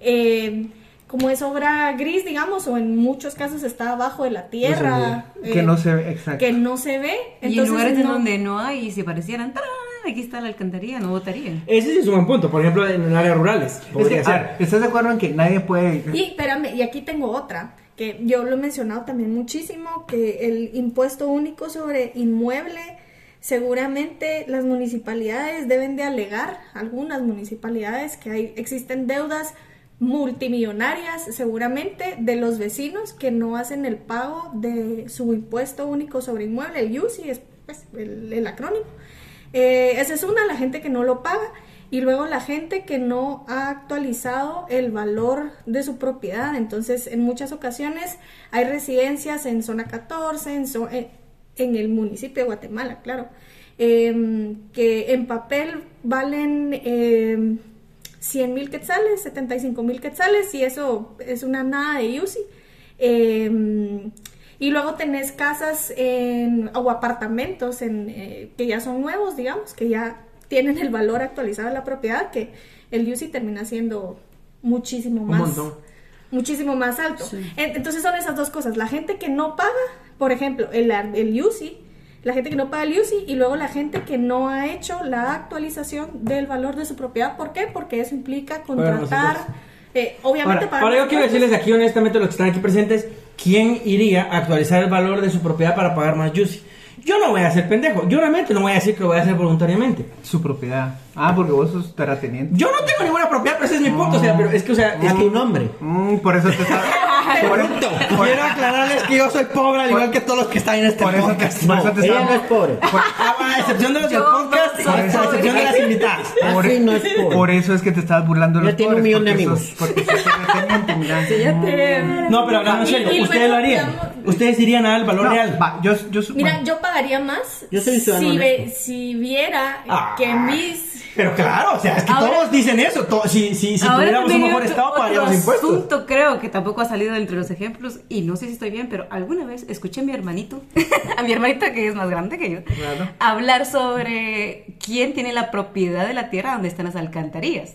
Speaker 2: eh, como es obra gris, digamos, o en muchos casos está abajo de la tierra,
Speaker 1: que
Speaker 2: eh,
Speaker 1: no se ve, exacto.
Speaker 2: que no se ve.
Speaker 5: y en
Speaker 2: entonces
Speaker 5: lugares en
Speaker 2: no-
Speaker 5: donde no hay y se parecieran, ¡tarán! aquí está la alcantarilla, no votarían.
Speaker 3: Ese sí es un buen punto. Por ejemplo, en áreas rurales.
Speaker 1: Es que,
Speaker 3: Podría
Speaker 1: a
Speaker 3: ser.
Speaker 1: ver, ¿Estás de acuerdo en que nadie puede.
Speaker 2: Y espérame, y aquí tengo otra, que yo lo he mencionado también muchísimo, que el impuesto único sobre inmueble, seguramente las municipalidades deben de alegar, algunas municipalidades, que hay, existen deudas multimillonarias seguramente de los vecinos que no hacen el pago de su impuesto único sobre inmueble, el UCI, es pues, el, el acrónimo. Eh, esa es una, la gente que no lo paga. Y luego la gente que no ha actualizado el valor de su propiedad. Entonces, en muchas ocasiones hay residencias en zona 14, en, zo- en- en el municipio de Guatemala, claro, em, que en papel valen em, 100 mil quetzales, 75 mil quetzales, y eso es una nada de UCI. Eh, y luego tenés casas en, o apartamentos en, eh, que ya son nuevos, digamos, que ya tienen el valor actualizado de la propiedad, que el UCI termina siendo muchísimo
Speaker 3: Un
Speaker 2: más
Speaker 3: montón.
Speaker 2: muchísimo más alto. En- Entonces son esas dos cosas. La gente que no paga, por ejemplo, el, ar- el UCI, la gente que no paga el UCI y luego la gente que no ha hecho la actualización del valor de su propiedad. ¿Por qué? Porque eso implica
Speaker 3: Pagar más
Speaker 2: contratar,
Speaker 3: impuestos.
Speaker 2: Eh, obviamente
Speaker 3: Ahora, ahora yo quiero decirles aquí honestamente los que están aquí presentes, ¿quién iría a actualizar el valor de su propiedad para pagar más Juicy? Yo no voy a ser pendejo, yo realmente no voy a decir que lo voy a hacer voluntariamente.
Speaker 1: Su propiedad. Ah, porque vos sos terrateniente.
Speaker 3: Yo no tengo ninguna propiedad, pero ese es mi punto, o sea, pero es que, o sea, es
Speaker 4: Es
Speaker 3: que
Speaker 4: tu nombre.
Speaker 1: Mm, por eso te está. por, por-
Speaker 3: Quiero aclararles que yo soy pobre, al igual que todos los que están en este
Speaker 1: por eso
Speaker 3: podcast. Ah,
Speaker 1: te, por eso te
Speaker 4: ella no es
Speaker 1: estaba-
Speaker 4: pobre.
Speaker 3: A excepción de los del
Speaker 5: Yo no
Speaker 3: podcast,
Speaker 5: soy
Speaker 3: a excepción de
Speaker 5: pobre.
Speaker 3: las invitadas.
Speaker 1: Por-
Speaker 4: Así Ah, no es pobre.
Speaker 1: por eso es que te estabas burlando de
Speaker 4: Ella
Speaker 1: los
Speaker 4: tiene un
Speaker 1: pobres,
Speaker 4: millón de
Speaker 1: porque
Speaker 4: amigos.
Speaker 1: sos- porque sos terrateniente, mira.
Speaker 5: Ah.
Speaker 3: No, pero hablando en serio,
Speaker 2: Y- y
Speaker 3: ustedes lo
Speaker 2: luego
Speaker 3: harían.
Speaker 2: hablamos-
Speaker 3: Ustedes irían al valor
Speaker 1: No,
Speaker 3: real.
Speaker 1: va, yo, yo,
Speaker 2: Mira,
Speaker 1: bueno.
Speaker 2: yo pagaría más
Speaker 4: Yo soy un ciudadano
Speaker 2: si, ve-
Speaker 4: honesto.
Speaker 2: si viera
Speaker 3: Ah.
Speaker 2: que mis...
Speaker 3: Pero claro, o sea, es que
Speaker 5: Ahora-
Speaker 3: todos dicen eso. to- si si, si tuviéramos un
Speaker 5: también
Speaker 3: mejor
Speaker 5: hay
Speaker 3: estado,
Speaker 5: otro
Speaker 3: pagaríamos impuestos.
Speaker 5: asunto, creo que tampoco ha salido entre los ejemplos y no sé si estoy bien, pero alguna vez escuché a mi hermanito, a mi hermanita que es más grande que yo,
Speaker 1: Claro.
Speaker 5: hablar sobre quién tiene la propiedad de la tierra donde están las alcantarillas.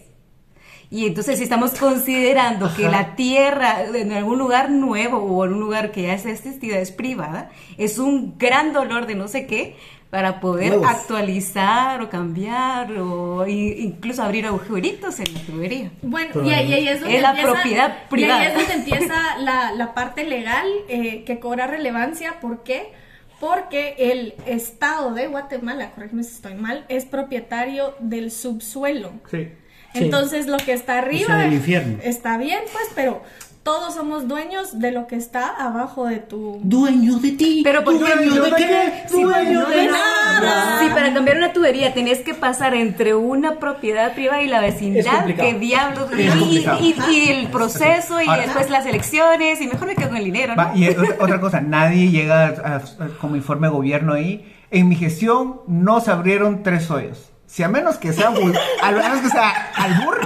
Speaker 5: Y entonces si estamos considerando que la tierra en algún lugar nuevo o en un lugar que ya es existida es privada, es un gran dolor de no sé qué para poder
Speaker 4: Nuevos.
Speaker 5: actualizar o cambiar o i- incluso abrir agujeritos en la tubería.
Speaker 2: Bueno, y ahí, y ahí es donde
Speaker 5: Es la
Speaker 2: empieza,
Speaker 5: propiedad
Speaker 2: y ahí
Speaker 5: privada.
Speaker 2: es donde empieza la, la parte legal eh, que cobra relevancia. ¿Por qué? Porque el Estado de Guatemala, corrígeme si estoy mal, es propietario del subsuelo.
Speaker 1: Sí.
Speaker 4: Sí.
Speaker 2: Entonces lo que está arriba
Speaker 4: O sea, del infierno.
Speaker 2: está bien, pues, pero todos somos dueños de lo que está abajo de tu...
Speaker 4: Dueño de ti.
Speaker 5: Pero, por
Speaker 4: dueño
Speaker 5: ejemplo,
Speaker 4: de qué? Dueño de
Speaker 5: nada. Si para cambiar una tubería tenés que pasar entre una propiedad privada y la
Speaker 3: Es
Speaker 5: vecindad,
Speaker 3: complicado.
Speaker 5: qué diablos. Y,
Speaker 1: Es complicado.
Speaker 5: y- y el proceso y
Speaker 1: Ahora-
Speaker 5: después las elecciones y mejor me quedo con el dinero, ¿no?
Speaker 1: Va, y eh, otra- otra cosa, nadie llega a- a- como informe de gobierno ahí. En mi gestión no se abrieron tres hoyos. Si a menos que sea, bul- a menos que sea albur,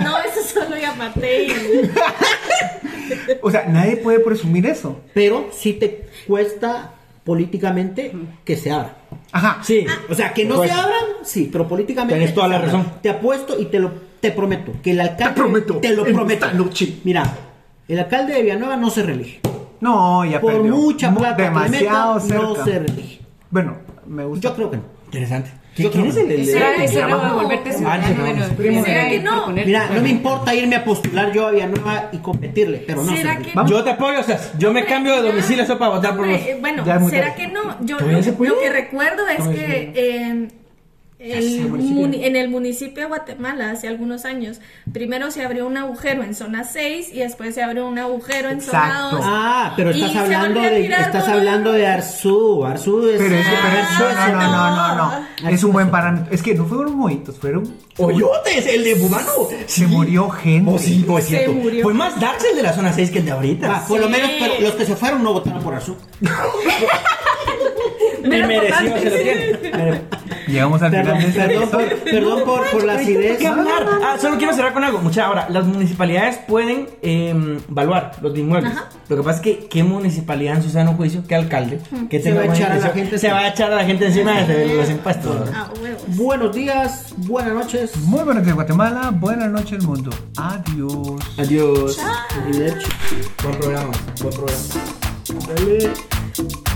Speaker 2: No, eso solo ya maté y...
Speaker 1: o sea, nadie puede presumir eso.
Speaker 4: Pero sí te cuesta políticamente que se abra.
Speaker 1: Ajá.
Speaker 3: Sí.
Speaker 4: O sea, que no
Speaker 3: Pues,
Speaker 4: se abran, sí, pero políticamente.
Speaker 3: Tenés toda
Speaker 4: que se
Speaker 3: la
Speaker 4: abran.
Speaker 3: razón.
Speaker 4: Te apuesto y te lo te prometo que el alcalde.
Speaker 1: Te prometo,
Speaker 4: Te lo
Speaker 1: en
Speaker 4: prometo.
Speaker 1: esta noche.
Speaker 4: Mira, el alcalde de Villanueva no se relige.
Speaker 1: No, ya
Speaker 4: Por
Speaker 1: perdió.
Speaker 4: mucha
Speaker 1: Mu-
Speaker 4: plata que le
Speaker 1: demasiado
Speaker 4: metan, no
Speaker 1: cerca.
Speaker 4: se relige.
Speaker 1: Bueno, me gusta.
Speaker 4: Yo creo que no.
Speaker 3: Interesante. ¿Quién
Speaker 4: Yo creo
Speaker 3: es el
Speaker 4: que-
Speaker 3: el-
Speaker 5: Será
Speaker 3: el-
Speaker 5: que será
Speaker 2: no.
Speaker 5: volverte ciudadano de nuevo.
Speaker 3: Primo.
Speaker 5: Será
Speaker 2: ¿Será que no?
Speaker 5: proponer-
Speaker 4: Mira, no me importa irme a postular yo a Villanueva y competirle, pero no.
Speaker 2: ¿Será
Speaker 4: se relige.
Speaker 2: que no?
Speaker 3: Yo te apoyo, o sea, yo me cambio de domicilio eso para votar por
Speaker 2: Hombre,
Speaker 3: vos.
Speaker 2: eh, Bueno,
Speaker 1: Ya es muy
Speaker 2: ¿será
Speaker 1: tarde.
Speaker 2: que no? Yo
Speaker 3: ¿Todavía
Speaker 2: lo,
Speaker 3: se puede?
Speaker 2: lo que recuerdo es
Speaker 3: Todavía se
Speaker 2: que eh, el muni- en el municipio de Guatemala hace algunos años, primero se abrió un agujero en zona 6 y después se abrió un agujero en zona
Speaker 1: Exacto.
Speaker 2: 2.
Speaker 4: Ah, pero
Speaker 2: Y
Speaker 4: estás
Speaker 2: se
Speaker 4: hablando
Speaker 2: volvió a
Speaker 4: de
Speaker 2: tirar
Speaker 4: estás
Speaker 2: con
Speaker 4: hablando
Speaker 2: un-
Speaker 4: de Arzú, Arzú es Ah,
Speaker 1: Pero es que, pero es-
Speaker 4: Arzú es-
Speaker 1: no, no, no, no, no, no.
Speaker 4: Ah.
Speaker 1: Es un buen parámetro. Es que no fueron hoyitos, fueron.
Speaker 3: ¡Oyotes! ¡El de Bubano!
Speaker 1: Se murió gente.
Speaker 3: Oh, sí, no es
Speaker 2: Se
Speaker 3: cierto.
Speaker 2: murió.
Speaker 3: Fue más Dax el de la zona 6 que el de
Speaker 4: Ah,
Speaker 3: ahorita.
Speaker 4: por lo
Speaker 2: Sí.
Speaker 4: menos pero los que se fueron no votaron por Arzú.
Speaker 3: Y merecido se lo tiene.
Speaker 1: Llegamos al
Speaker 4: Perdón,
Speaker 1: final de este
Speaker 4: perdón,
Speaker 1: episodio.
Speaker 4: por, perdón por, por la acidez.
Speaker 3: ¿Qué hablar? Ah, solo quiero cerrar con algo. Mucha, ahora, las municipalidades pueden eh, evaluar los inmuebles. Lo que pasa es que, ¿qué municipalidad en su sano juicio, qué alcalde, que
Speaker 4: Se va a echar a la gente
Speaker 3: se
Speaker 4: encima.
Speaker 3: va a echar a la gente encima de los impuestos? ¿no?
Speaker 2: Ah, huevos.
Speaker 4: Buenos días, buenas noches.
Speaker 1: Muy buenas noches, Guatemala. Buenas noches, mundo. Adiós.
Speaker 3: Adiós.
Speaker 4: Arrivederci.
Speaker 3: Buen programa. Buen programa.
Speaker 4: Dale.